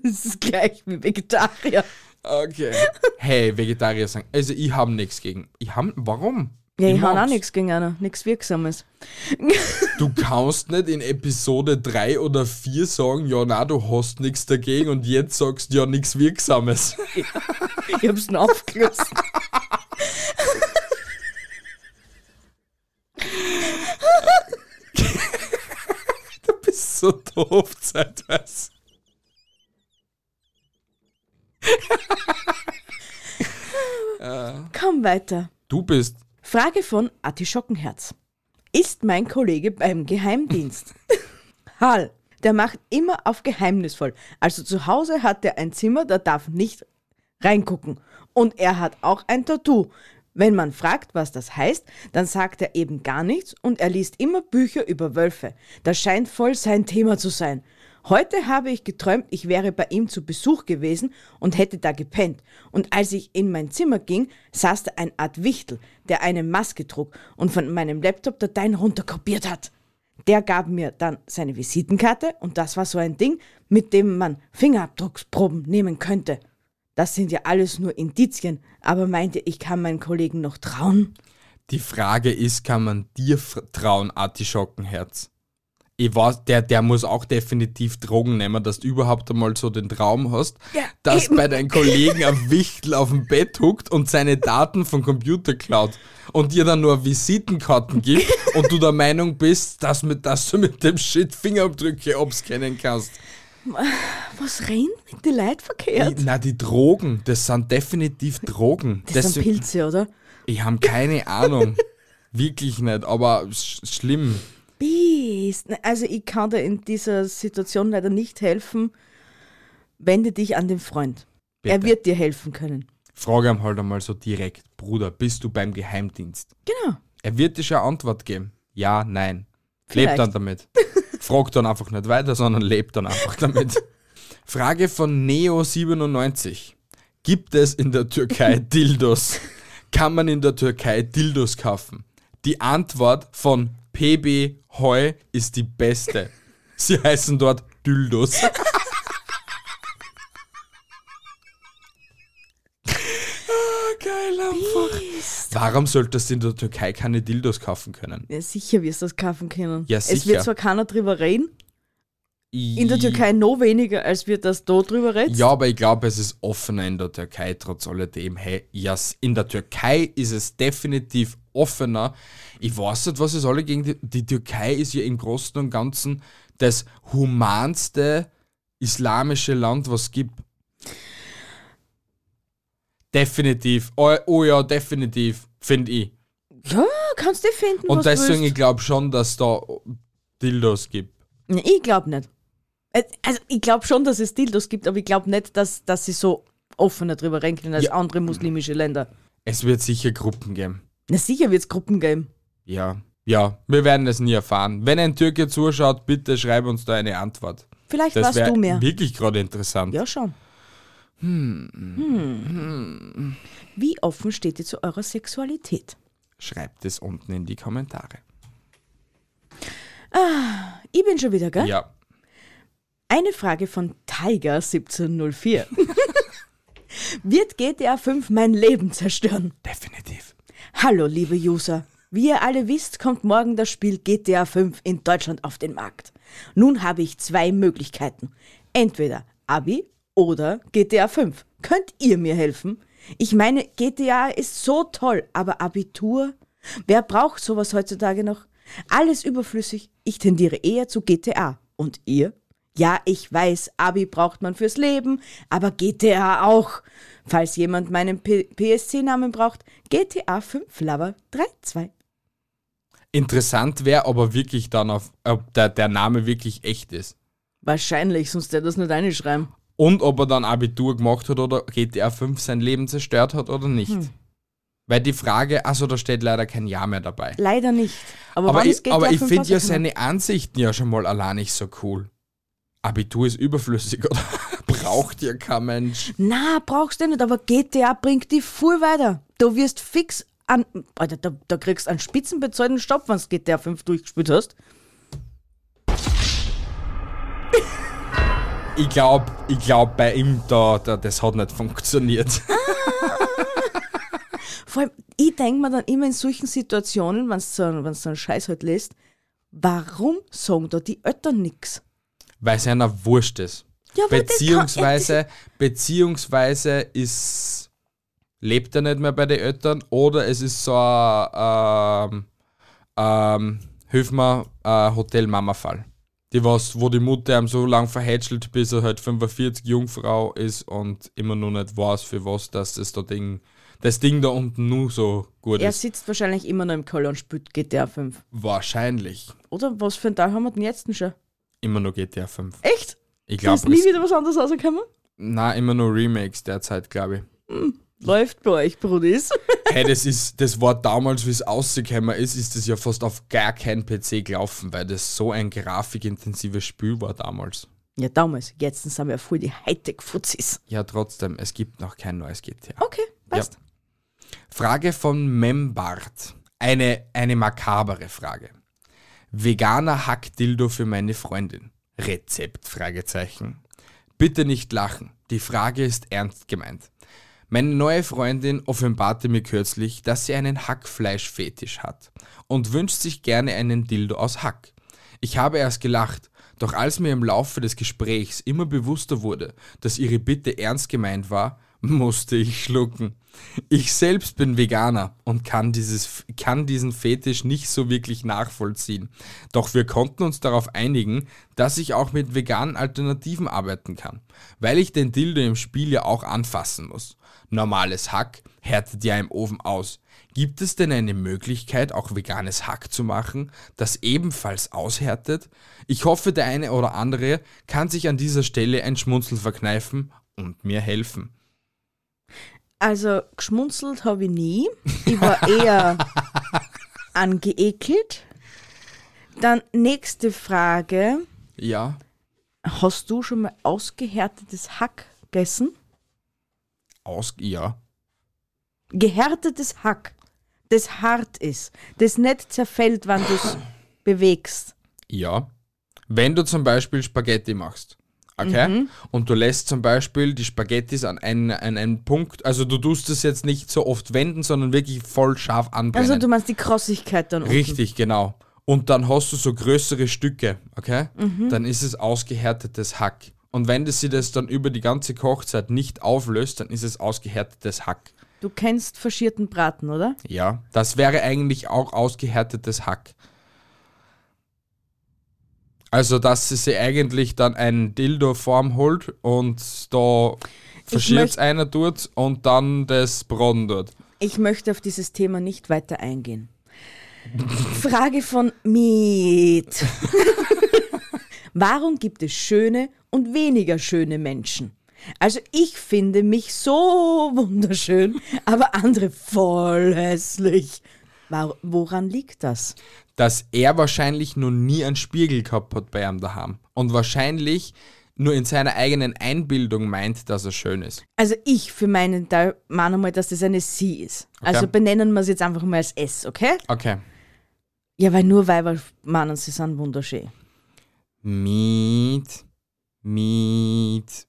B: Das ist gleich wie Vegetarier.
A: Okay. Hey, Vegetarier sagen. Also ich habe nichts gegen. Ich hab. Warum?
B: Ja, ich habe auch
A: mag's.
B: nichts gegen einer, nichts Wirksames.
A: Du kannst nicht in Episode 3 oder 4 sagen, ja, na, du hast nichts dagegen und jetzt sagst du ja nichts Wirksames.
B: Ich hab's nur aufgelöst.
A: Du bist so doof zeitweise.
B: Komm weiter.
A: Du bist.
B: Frage von Artischockenherz. Ist mein Kollege beim Geheimdienst? Hal, der macht immer auf geheimnisvoll. Also zu Hause hat er ein Zimmer, da darf nicht reingucken. Und er hat auch ein Tattoo. Wenn man fragt, was das heißt, dann sagt er eben gar nichts und er liest immer Bücher über Wölfe. Das scheint voll sein Thema zu sein. Heute habe ich geträumt, ich wäre bei ihm zu Besuch gewesen und hätte da gepennt. Und als ich in mein Zimmer ging, saß da ein Art Wichtel, der eine Maske trug und von meinem Laptop Dateien runterkopiert hat. Der gab mir dann seine Visitenkarte und das war so ein Ding, mit dem man Fingerabdrucksproben nehmen könnte. Das sind ja alles nur Indizien, aber meint ihr, ich kann meinen Kollegen noch trauen?
A: Die Frage ist, kann man dir fr- trauen, Artischockenherz? Ich weiß, der, der muss auch definitiv Drogen nehmen, dass du überhaupt einmal so den Traum hast,
B: Ja,
A: dass
B: eben.
A: bei deinem Kollegen ein Wichtel auf dem Bett huckt und seine Daten vom Computer klaut und dir dann nur Visitenkarten gibt und du der Meinung bist, dass, mit, dass du mit dem Shit Fingerabdrücke abscannen kannst.
B: Was reden mit den Leuten verkehrt?
A: Die, na, die Drogen, das sind definitiv Drogen.
B: Das sind
A: Deswegen-
B: Pilze, oder?
A: Ich habe keine Ahnung. Wirklich nicht, aber sch schlimm.
B: Biest. Na, Also ich kann dir in dieser Situation leider nicht helfen. Wende dich an den Freund. Er
A: Bitte.
B: wird dir helfen können.
A: Frage ihm halt einmal so direkt. Bruder, bist du beim Geheimdienst?
B: Genau.
A: Er wird dir schon eine Antwort geben. Ja, nein. Lebt
B: Vielleicht.
A: dann damit. Frag dann einfach nicht weiter, sondern lebt dann einfach damit. Frage von Neo97. Gibt es in der Türkei Dildos? Kann man in der Türkei Dildos kaufen? Die Antwort von PB Heu ist die beste. Sie heißen dort Dildos. Geil einfach. Warum solltest du in der Türkei keine Dildos kaufen können?
B: Ja, sicher wirst du das kaufen können.
A: Ja,
B: Es
A: sicher.
B: wird zwar keiner drüber reden, in der Türkei noch weniger, als wir das da drüber reden.
A: Ja, aber ich glaube, es ist offener in der Türkei, trotz alledem. Hey, yes, in der Türkei ist es definitiv offener. Ich weiß nicht, was es alle gegen die, die Türkei ist ja im Großen und Ganzen das humanste islamische Land, was es gibt. Definitiv. Oh, oh ja, definitiv, finde ich.
B: ja kannst du finden,
A: Und
B: was
A: deswegen,
B: du
A: ich glaube schon, dass da Dildos gibt.
B: willst. Ich glaube nicht. Äh, Also ich glaube schon, dass es Dildos gibt, aber ich glaube nicht, dass, dass sie so offener drüber reden können als
A: Ja.
B: andere muslimische Länder.
A: Es wird sicher Gruppen geben.
B: Na sicher wird es Gruppen geben.
A: Ja, ja, wir werden es nie erfahren. Wenn ein Türke zuschaut, bitte schreib uns da eine Antwort.
B: Vielleicht
A: Das
B: weißt
A: wäre
B: du mehr.
A: wirklich gerade interessant.
B: Ja, schon. Hm. Wie offen steht ihr zu eurer Sexualität?
A: Schreibt es unten in die Kommentare.
B: Ich bin schon wieder, gell?
A: Ja,
B: Eine Frage von Tiger1704. Wird GTA 5 mein Leben zerstören?
A: definitiv.
B: Hallo, liebe User. Wie ihr alle wisst, kommt morgen das Spiel GTA 5 in Deutschland auf den Markt. Nun habe ich zwei Möglichkeiten. Entweder Abi oder GTA 5. Könnt ihr mir helfen? Ich meine, GTA ist so toll, aber Abitur? Wer braucht sowas heutzutage noch? Alles überflüssig. Ich tendiere eher zu GTA. Und ihr? Ja, ich weiß, Abi braucht man fürs Leben, aber GTA auch. Falls jemand meinen PSC-Namen braucht, GTA 5 Lover 32.
A: Interessant wäre aber wirklich dann, auf, ob der, der Name wirklich echt ist.
B: Wahrscheinlich, sonst der das nicht einschreiben.
A: Und ob er dann Abitur gemacht hat oder GTA 5 sein Leben zerstört hat oder nicht.
B: Hm.
A: Weil die Frage, also da steht leider kein Ja mehr dabei.
B: Leider nicht. Aber,
A: Aber
B: wann ist
A: ich,
B: GTA
A: aber ich
B: 5
A: finde ja
B: rausgekommen?
A: seine Ansichten ja schon mal allein nicht so cool. Abitur ist überflüssig, oder? Braucht ja kein Mensch.
B: Na, brauchst du nicht, aber GTA bringt dich voll weiter. Du wirst fix an. Alter, da, da kriegst du einen spitzenbezahlten Stopp, wenn du GTA 5 durchgespielt hast.
A: Ich glaube, ich glaub, bei ihm da, da, das hat nicht funktioniert.
B: Vor allem, ich denke mir dann immer in solchen Situationen, wenn du so, einen- wenn's so einen Scheiß halt lässt, warum sagen da die Eltern nix?
A: Weil es einer wurscht ist.
B: Ja, aber das kann-
A: beziehungsweise, beziehungsweise ist, lebt er nicht mehr bei den Eltern oder es ist so ein ähm, ähm, hilf mir, äh, Hotel-Mama-Fall. Die was, wo die Mutter ihm so lang verhätschelt, bis er halt 45 Jungfrau ist und immer noch nicht weiß, für was dass das da Ding, das Ding da unten nur so gut
B: Er
A: ist.
B: sitzt wahrscheinlich immer noch im Keller und spielt GTA 5.
A: Wahrscheinlich
B: Oder was für ein Tag haben wir denn jetzt denn schon?
A: immer noch GTA 5.
B: Echt?
A: Ich
B: Da
A: glaube,
B: ist nie wieder was anderes rausgekommen?
A: na immer nur Remakes derzeit, glaube ich.
B: Läuft bei euch, Brudis.
A: Hey, das ist, das war damals, wie es rausgekommen ist, ist das ja fast auf gar keinen PC gelaufen, weil das so ein grafikintensives Spiel war damals.
B: Ja, damals. Jetzt sind wir voll die Hightech-Fuzis.
A: Ja, trotzdem, es gibt noch kein neues GTA.
B: Okay, passt.
A: Ja. Frage von Membart. Eine, eine makabere Frage. Veganer Hackdildo für meine Freundin. Rezept? Fragezeichen. Bitte nicht lachen. Die Frage ist ernst gemeint. Meine neue Freundin offenbarte mir kürzlich, dass sie einen Hackfleischfetisch hat und wünscht sich gerne einen Dildo aus Hack. Ich habe erst gelacht, doch als mir im Laufe des Gesprächs immer bewusster wurde, dass ihre Bitte ernst gemeint war, musste ich schlucken. Ich selbst bin Veganer und kann, dieses, kann diesen Fetisch nicht so wirklich nachvollziehen. Doch wir konnten uns darauf einigen, dass ich auch mit veganen Alternativen arbeiten kann, weil ich den Dildo im Spiel ja auch anfassen muss. Normales Hack härtet ja im Ofen aus. Gibt es denn eine Möglichkeit, auch veganes Hack zu machen, das ebenfalls aushärtet? Ich hoffe, der eine oder andere kann sich an dieser Stelle ein Schmunzel verkneifen und mir helfen.
B: Also, geschmunzelt habe ich nie. Ich war eher angeekelt. Dann nächste Frage.
A: Ja,
B: Hast du schon mal ausgehärtetes Hack gegessen?
A: aus, ja.
B: Gehärtetes Hack, das hart ist, das nicht zerfällt, wenn du es bewegst.
A: Ja. Wenn du zum Beispiel Spaghetti machst, okay?
B: Mhm.
A: Und du lässt zum Beispiel die Spaghettis an einen, an einen Punkt, also du tust es jetzt nicht so oft wenden, sondern wirklich voll scharf anbrennen.
B: Also, du meinst die Krossigkeit dann unten.
A: Genau. Richtig, genau. Und dann hast du so größere Stücke, okay? Dann ist es ausgehärtetes Hack. Und wenn das sie das dann über die ganze Kochzeit nicht auflöst, dann ist es ausgehärtetes Hack.
B: Du kennst faschierten Braten, oder?
A: Ja. Das wäre eigentlich auch ausgehärtetes Hack. Also, dass sie sich eigentlich dann einen Dildo-Form holt und da verschiert
B: möcht-
A: einer tut und dann das Braten tut.
B: Ich möchte auf dieses Thema nicht weiter eingehen. Frage von Miet. Warum gibt es schöne und weniger schöne Menschen? Also ich finde mich so wunderschön, aber andere voll hässlich. Wa- Woran liegt das?
A: dass er wahrscheinlich noch nie einen Spiegel gehabt hat bei ihm daheim. Und wahrscheinlich nur in seiner eigenen Einbildung meint, dass er schön ist.
B: Also ich für meinen Teil meine mal, dass das eine Sie ist. Also benennen wir es jetzt einfach mal als S, okay?
A: Okay.
B: Ja, weil nur Weiber meinen, sie sind wunderschön.
A: Miet, Miet.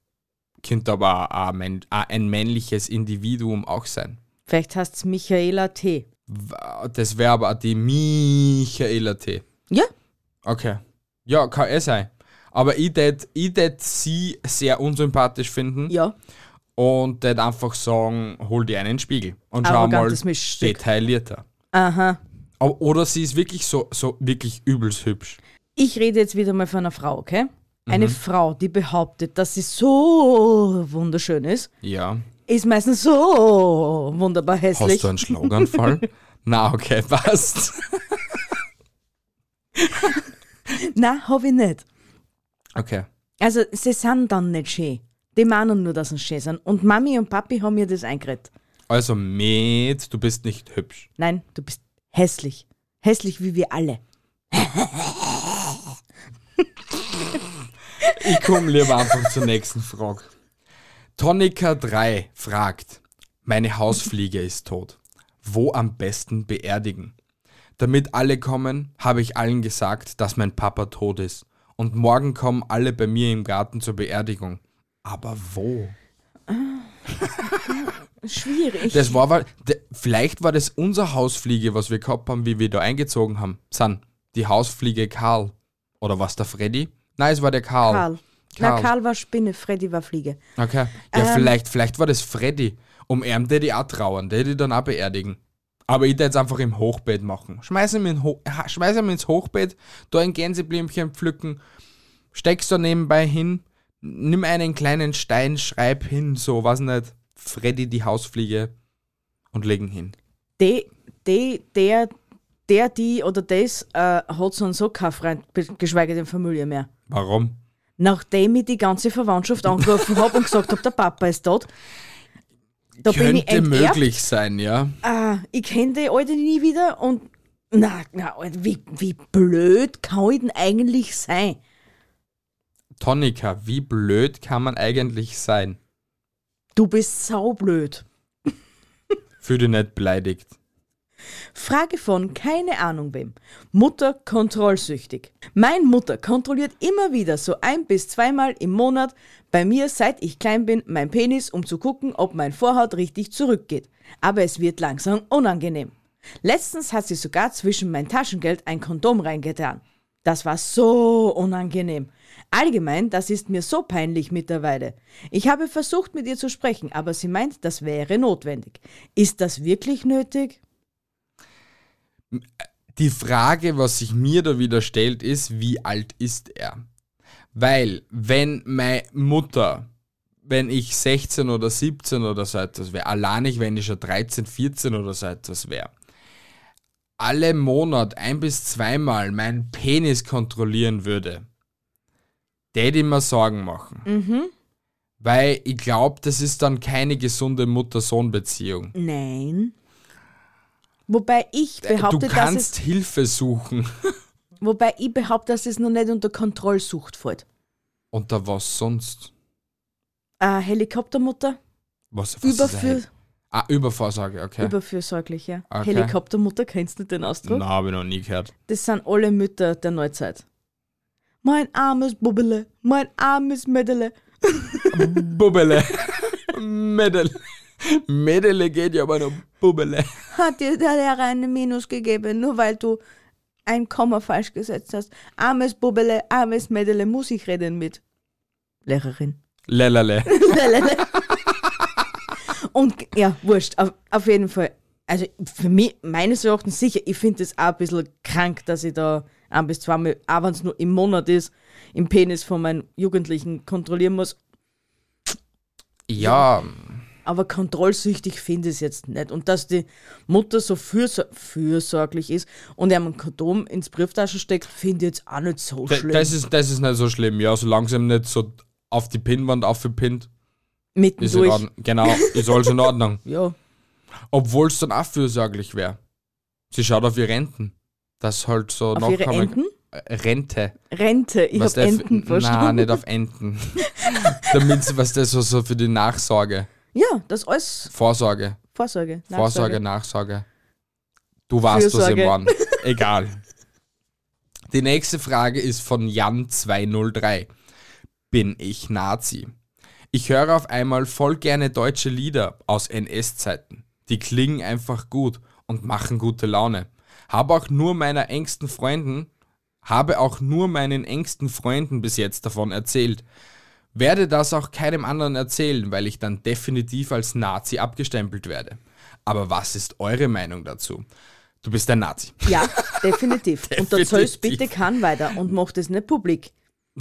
A: Könnte aber auch ein, Män- auch ein männliches Individuum auch sein.
B: Vielleicht heißt es Michaela T.
A: Wa- Das wäre aber auch die Michaela T.
B: Ja,
A: Okay. Ja, kann eh sein. Aber ich tät, ich tät sie sehr unsympathisch finden.
B: ja.
A: und det einfach sagen, hol dir einen Spiegel und schau mal
B: Arrogantes Miststück.
A: detaillierter.
B: Aha.
A: Au- Oder sie ist wirklich so, so wirklich übelst hübsch.
B: Ich rede jetzt wieder mal von einer Frau, okay?
A: Mhm.
B: Eine Frau, die behauptet, dass sie so wunderschön ist,
A: Ja.
B: ist meistens so wunderbar
A: Hast
B: hässlich.
A: du einen Schlaganfall? Na, okay, passt.
B: Nein, habe ich nicht.
A: Okay.
B: Also, sie sind dann nicht schön. Die meinen nur, dass sie schön sind. Und Mami und Papi haben mir das eingeredet.
A: Also, Med, du bist nicht hübsch.
B: Nein, du bist hässlich. Hässlich wie wir alle.
A: Ich komme lieber einfach zur nächsten Frage. Tonika 3 fragt, meine Hausfliege ist tot. Wo am besten beerdigen? Damit alle kommen, habe ich allen gesagt, dass mein Papa tot ist. Und morgen kommen alle bei mir im Garten zur Beerdigung. Aber wo?
B: Schwierig.
A: Das war, wa- de- vielleicht war das unser Hausfliege, was wir gehabt haben, wie wir da eingezogen haben. San, die Hausfliege Karl. Oder was der Freddy? Nein, es war der Karl.
B: Karl. Na, Karl war Spinne, Freddy war Fliege.
A: Okay. Ja,
B: Ähm.
A: vielleicht, vielleicht war das Freddy. Um ihn der die auch trauern, der die dann auch beerdigen. Aber ich jetzt einfach im Hochbett machen. Schmeiß ihn, in Ho ha- schmeiß ihn ins Hochbett, da ein Gänseblümchen pflücken, steckst da nebenbei hin, nimm einen kleinen Stein, schreib hin, so, was nicht, Freddy die Hausfliege und legen hin.
B: De, de, der, der, die oder das äh, hat so und so keinen Freund, be- geschweige denn Familie mehr.
A: Warum?
B: Nachdem ich die ganze Verwandtschaft angerufen habe und gesagt habe, der Papa ist tot, da bin ich
A: Könnte
B: enterbt.
A: möglich sein, ja.
B: Ah, ich kenne die Alte nie wieder und na, na Alter, wie, wie blöd kann ich denn eigentlich sein?
A: Tonika, wie blöd kann man eigentlich sein?
B: Du bist saublöd.
A: Fühl dich nicht beleidigt.
B: Frage von keine Ahnung wem. Mutter kontrollsüchtig. Mein Mutter kontrolliert immer wieder so ein bis zweimal im Monat bei mir, seit ich klein bin, mein Penis, um zu gucken, ob mein Vorhaut richtig zurückgeht. Aber es wird langsam unangenehm. Letztens hat sie sogar zwischen mein Taschengeld ein Kondom reingetan. Das war so unangenehm. Allgemein, das ist mir so peinlich mittlerweile. Ich habe versucht, mit ihr zu sprechen, aber sie meint, das wäre notwendig. Ist das wirklich nötig?
A: die Frage, was sich mir da wieder stellt, ist, wie alt ist er? Weil, wenn meine Mutter, wenn ich 16 oder 17 oder so etwas wäre, allein ich, wenn ich schon 13, 14 oder so etwas wäre, alle Monat ein bis zweimal meinen Penis kontrollieren würde, täte ich mir Sorgen machen.
B: Mhm.
A: Weil ich glaube, das ist dann keine gesunde Mutter-Sohn-Beziehung.
B: Nein. Wobei ich
A: Äh, Du
B: behaupte, dass
A: kannst
B: es,
A: Hilfe suchen.
B: wobei ich behaupte, dass es noch nicht unter Kontrollsucht fällt.
A: Unter was sonst?
B: Äh, Helikoptermutter,
A: Was, was ist
B: Überfür,
A: ein- Ah, Übervorsorge, okay.
B: überfürsorglich, ja.
A: Okay.
B: Helikoptermutter, kennst du den Ausdruck?
A: Na, habe ich noch nie gehört.
B: Das sind alle Mütter der Neuzeit. Mein armes Bubbele, mein armes Mädele.
A: Bubbele. Mädel. Mädele geht ja aber nur Bubbele.
B: Hat dir der Lehrer eine Minus gegeben, nur weil du ein Komma falsch gesetzt hast. Armes Bubbele, armes Mädele, muss ich reden mit. Lehrerin.
A: Lelele.
B: Und ja, wurscht, auf, auf jeden Fall. Also für mich, meines Erachtens sicher, ich finde es auch ein bisschen krank, dass ich da ein bis zweimal, auch wenn es nur im Monat ist, im Penis von meinen Jugendlichen kontrollieren muss.
A: Ja,
B: Aber kontrollsüchtig finde ich es jetzt nicht. Und dass die Mutter so fürsor fürsorglich ist und einem ein Kondom ins Brieftaschen steckt, finde ich jetzt auch nicht so
A: d-
B: schlimm.
A: das ist, das ist nicht so schlimm. Ja, solange es ihm nicht so auf die Pinnwand aufgepinnt, ist in
B: Mittendurch.
A: Ordnung. Genau, ist alles in Ordnung.
B: Ja,
A: Obwohl es dann auch fürsorglich wäre. Sie schaut auf ihre Renten. Das halt so
B: auf ihre
A: Nachkommen-
B: Enten?
A: Äh, Rente.
B: Rente. Ich
A: Was
B: habe
A: der f-
B: Enten verstanden.
A: Nein, nicht auf Enten. Damit sie, was das so, so für die Nachsorge,
B: Ja, das ist alles
A: Vorsorge,
B: Vorsorge.
A: Vorsorge, Nachsorge. Du warst das
B: Fürsorge.
A: im Mann. Egal. Die nächste Frage ist von Jan203. Bin ich Nazi? Ich höre auf einmal voll gerne deutsche Lieder aus NS-Zeiten. Die klingen einfach gut und machen gute Laune. Habe auch nur meiner engsten Freunden, habe auch nur meinen engsten Freunden bis jetzt davon erzählt. Werde das auch keinem anderen erzählen, weil ich dann definitiv als Nazi abgestempelt werde. Aber was ist eure Meinung dazu? Du bist ein Nazi.
B: Ja, definitiv. Und dann soll es
A: Definitiv.
B: bitte kann weiter und macht es nicht publik.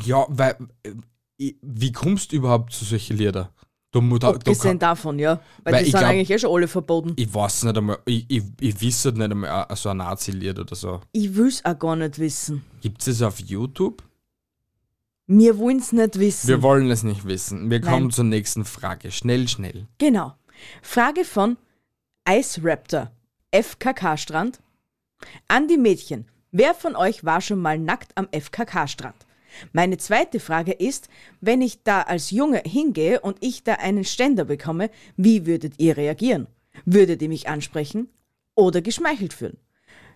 A: Ja, weil äh, ich- wie kommst du überhaupt zu solchen Lieder? Du, mu- da, du
B: Abgesehen
A: kann,
B: davon, ja. Weil,
A: Weil
B: die
A: ich
B: sind
A: glaub-
B: eigentlich eh schon alle verboten.
A: ich weiß nicht einmal, ich, ich, ich wisse nicht einmal äh, so ein Nazi-Lied oder so.
B: Ich will's auch gar nicht wissen.
A: Gibt es auf YouTube?
B: Wir wollen's nicht wissen.
A: Wir wollen es nicht wissen. Wir kommen
B: Hm. Nein.
A: zur nächsten Frage. Schnell, schnell.
B: Genau. Frage von Ice Raptor, FKK-Strand. An die Mädchen. Wer von euch war schon mal nackt am FKK-Strand? Meine zweite Frage ist, wenn ich da als Junge hingehe und ich da einen Ständer bekomme, wie würdet ihr reagieren? Würdet ihr mich ansprechen oder geschmeichelt fühlen?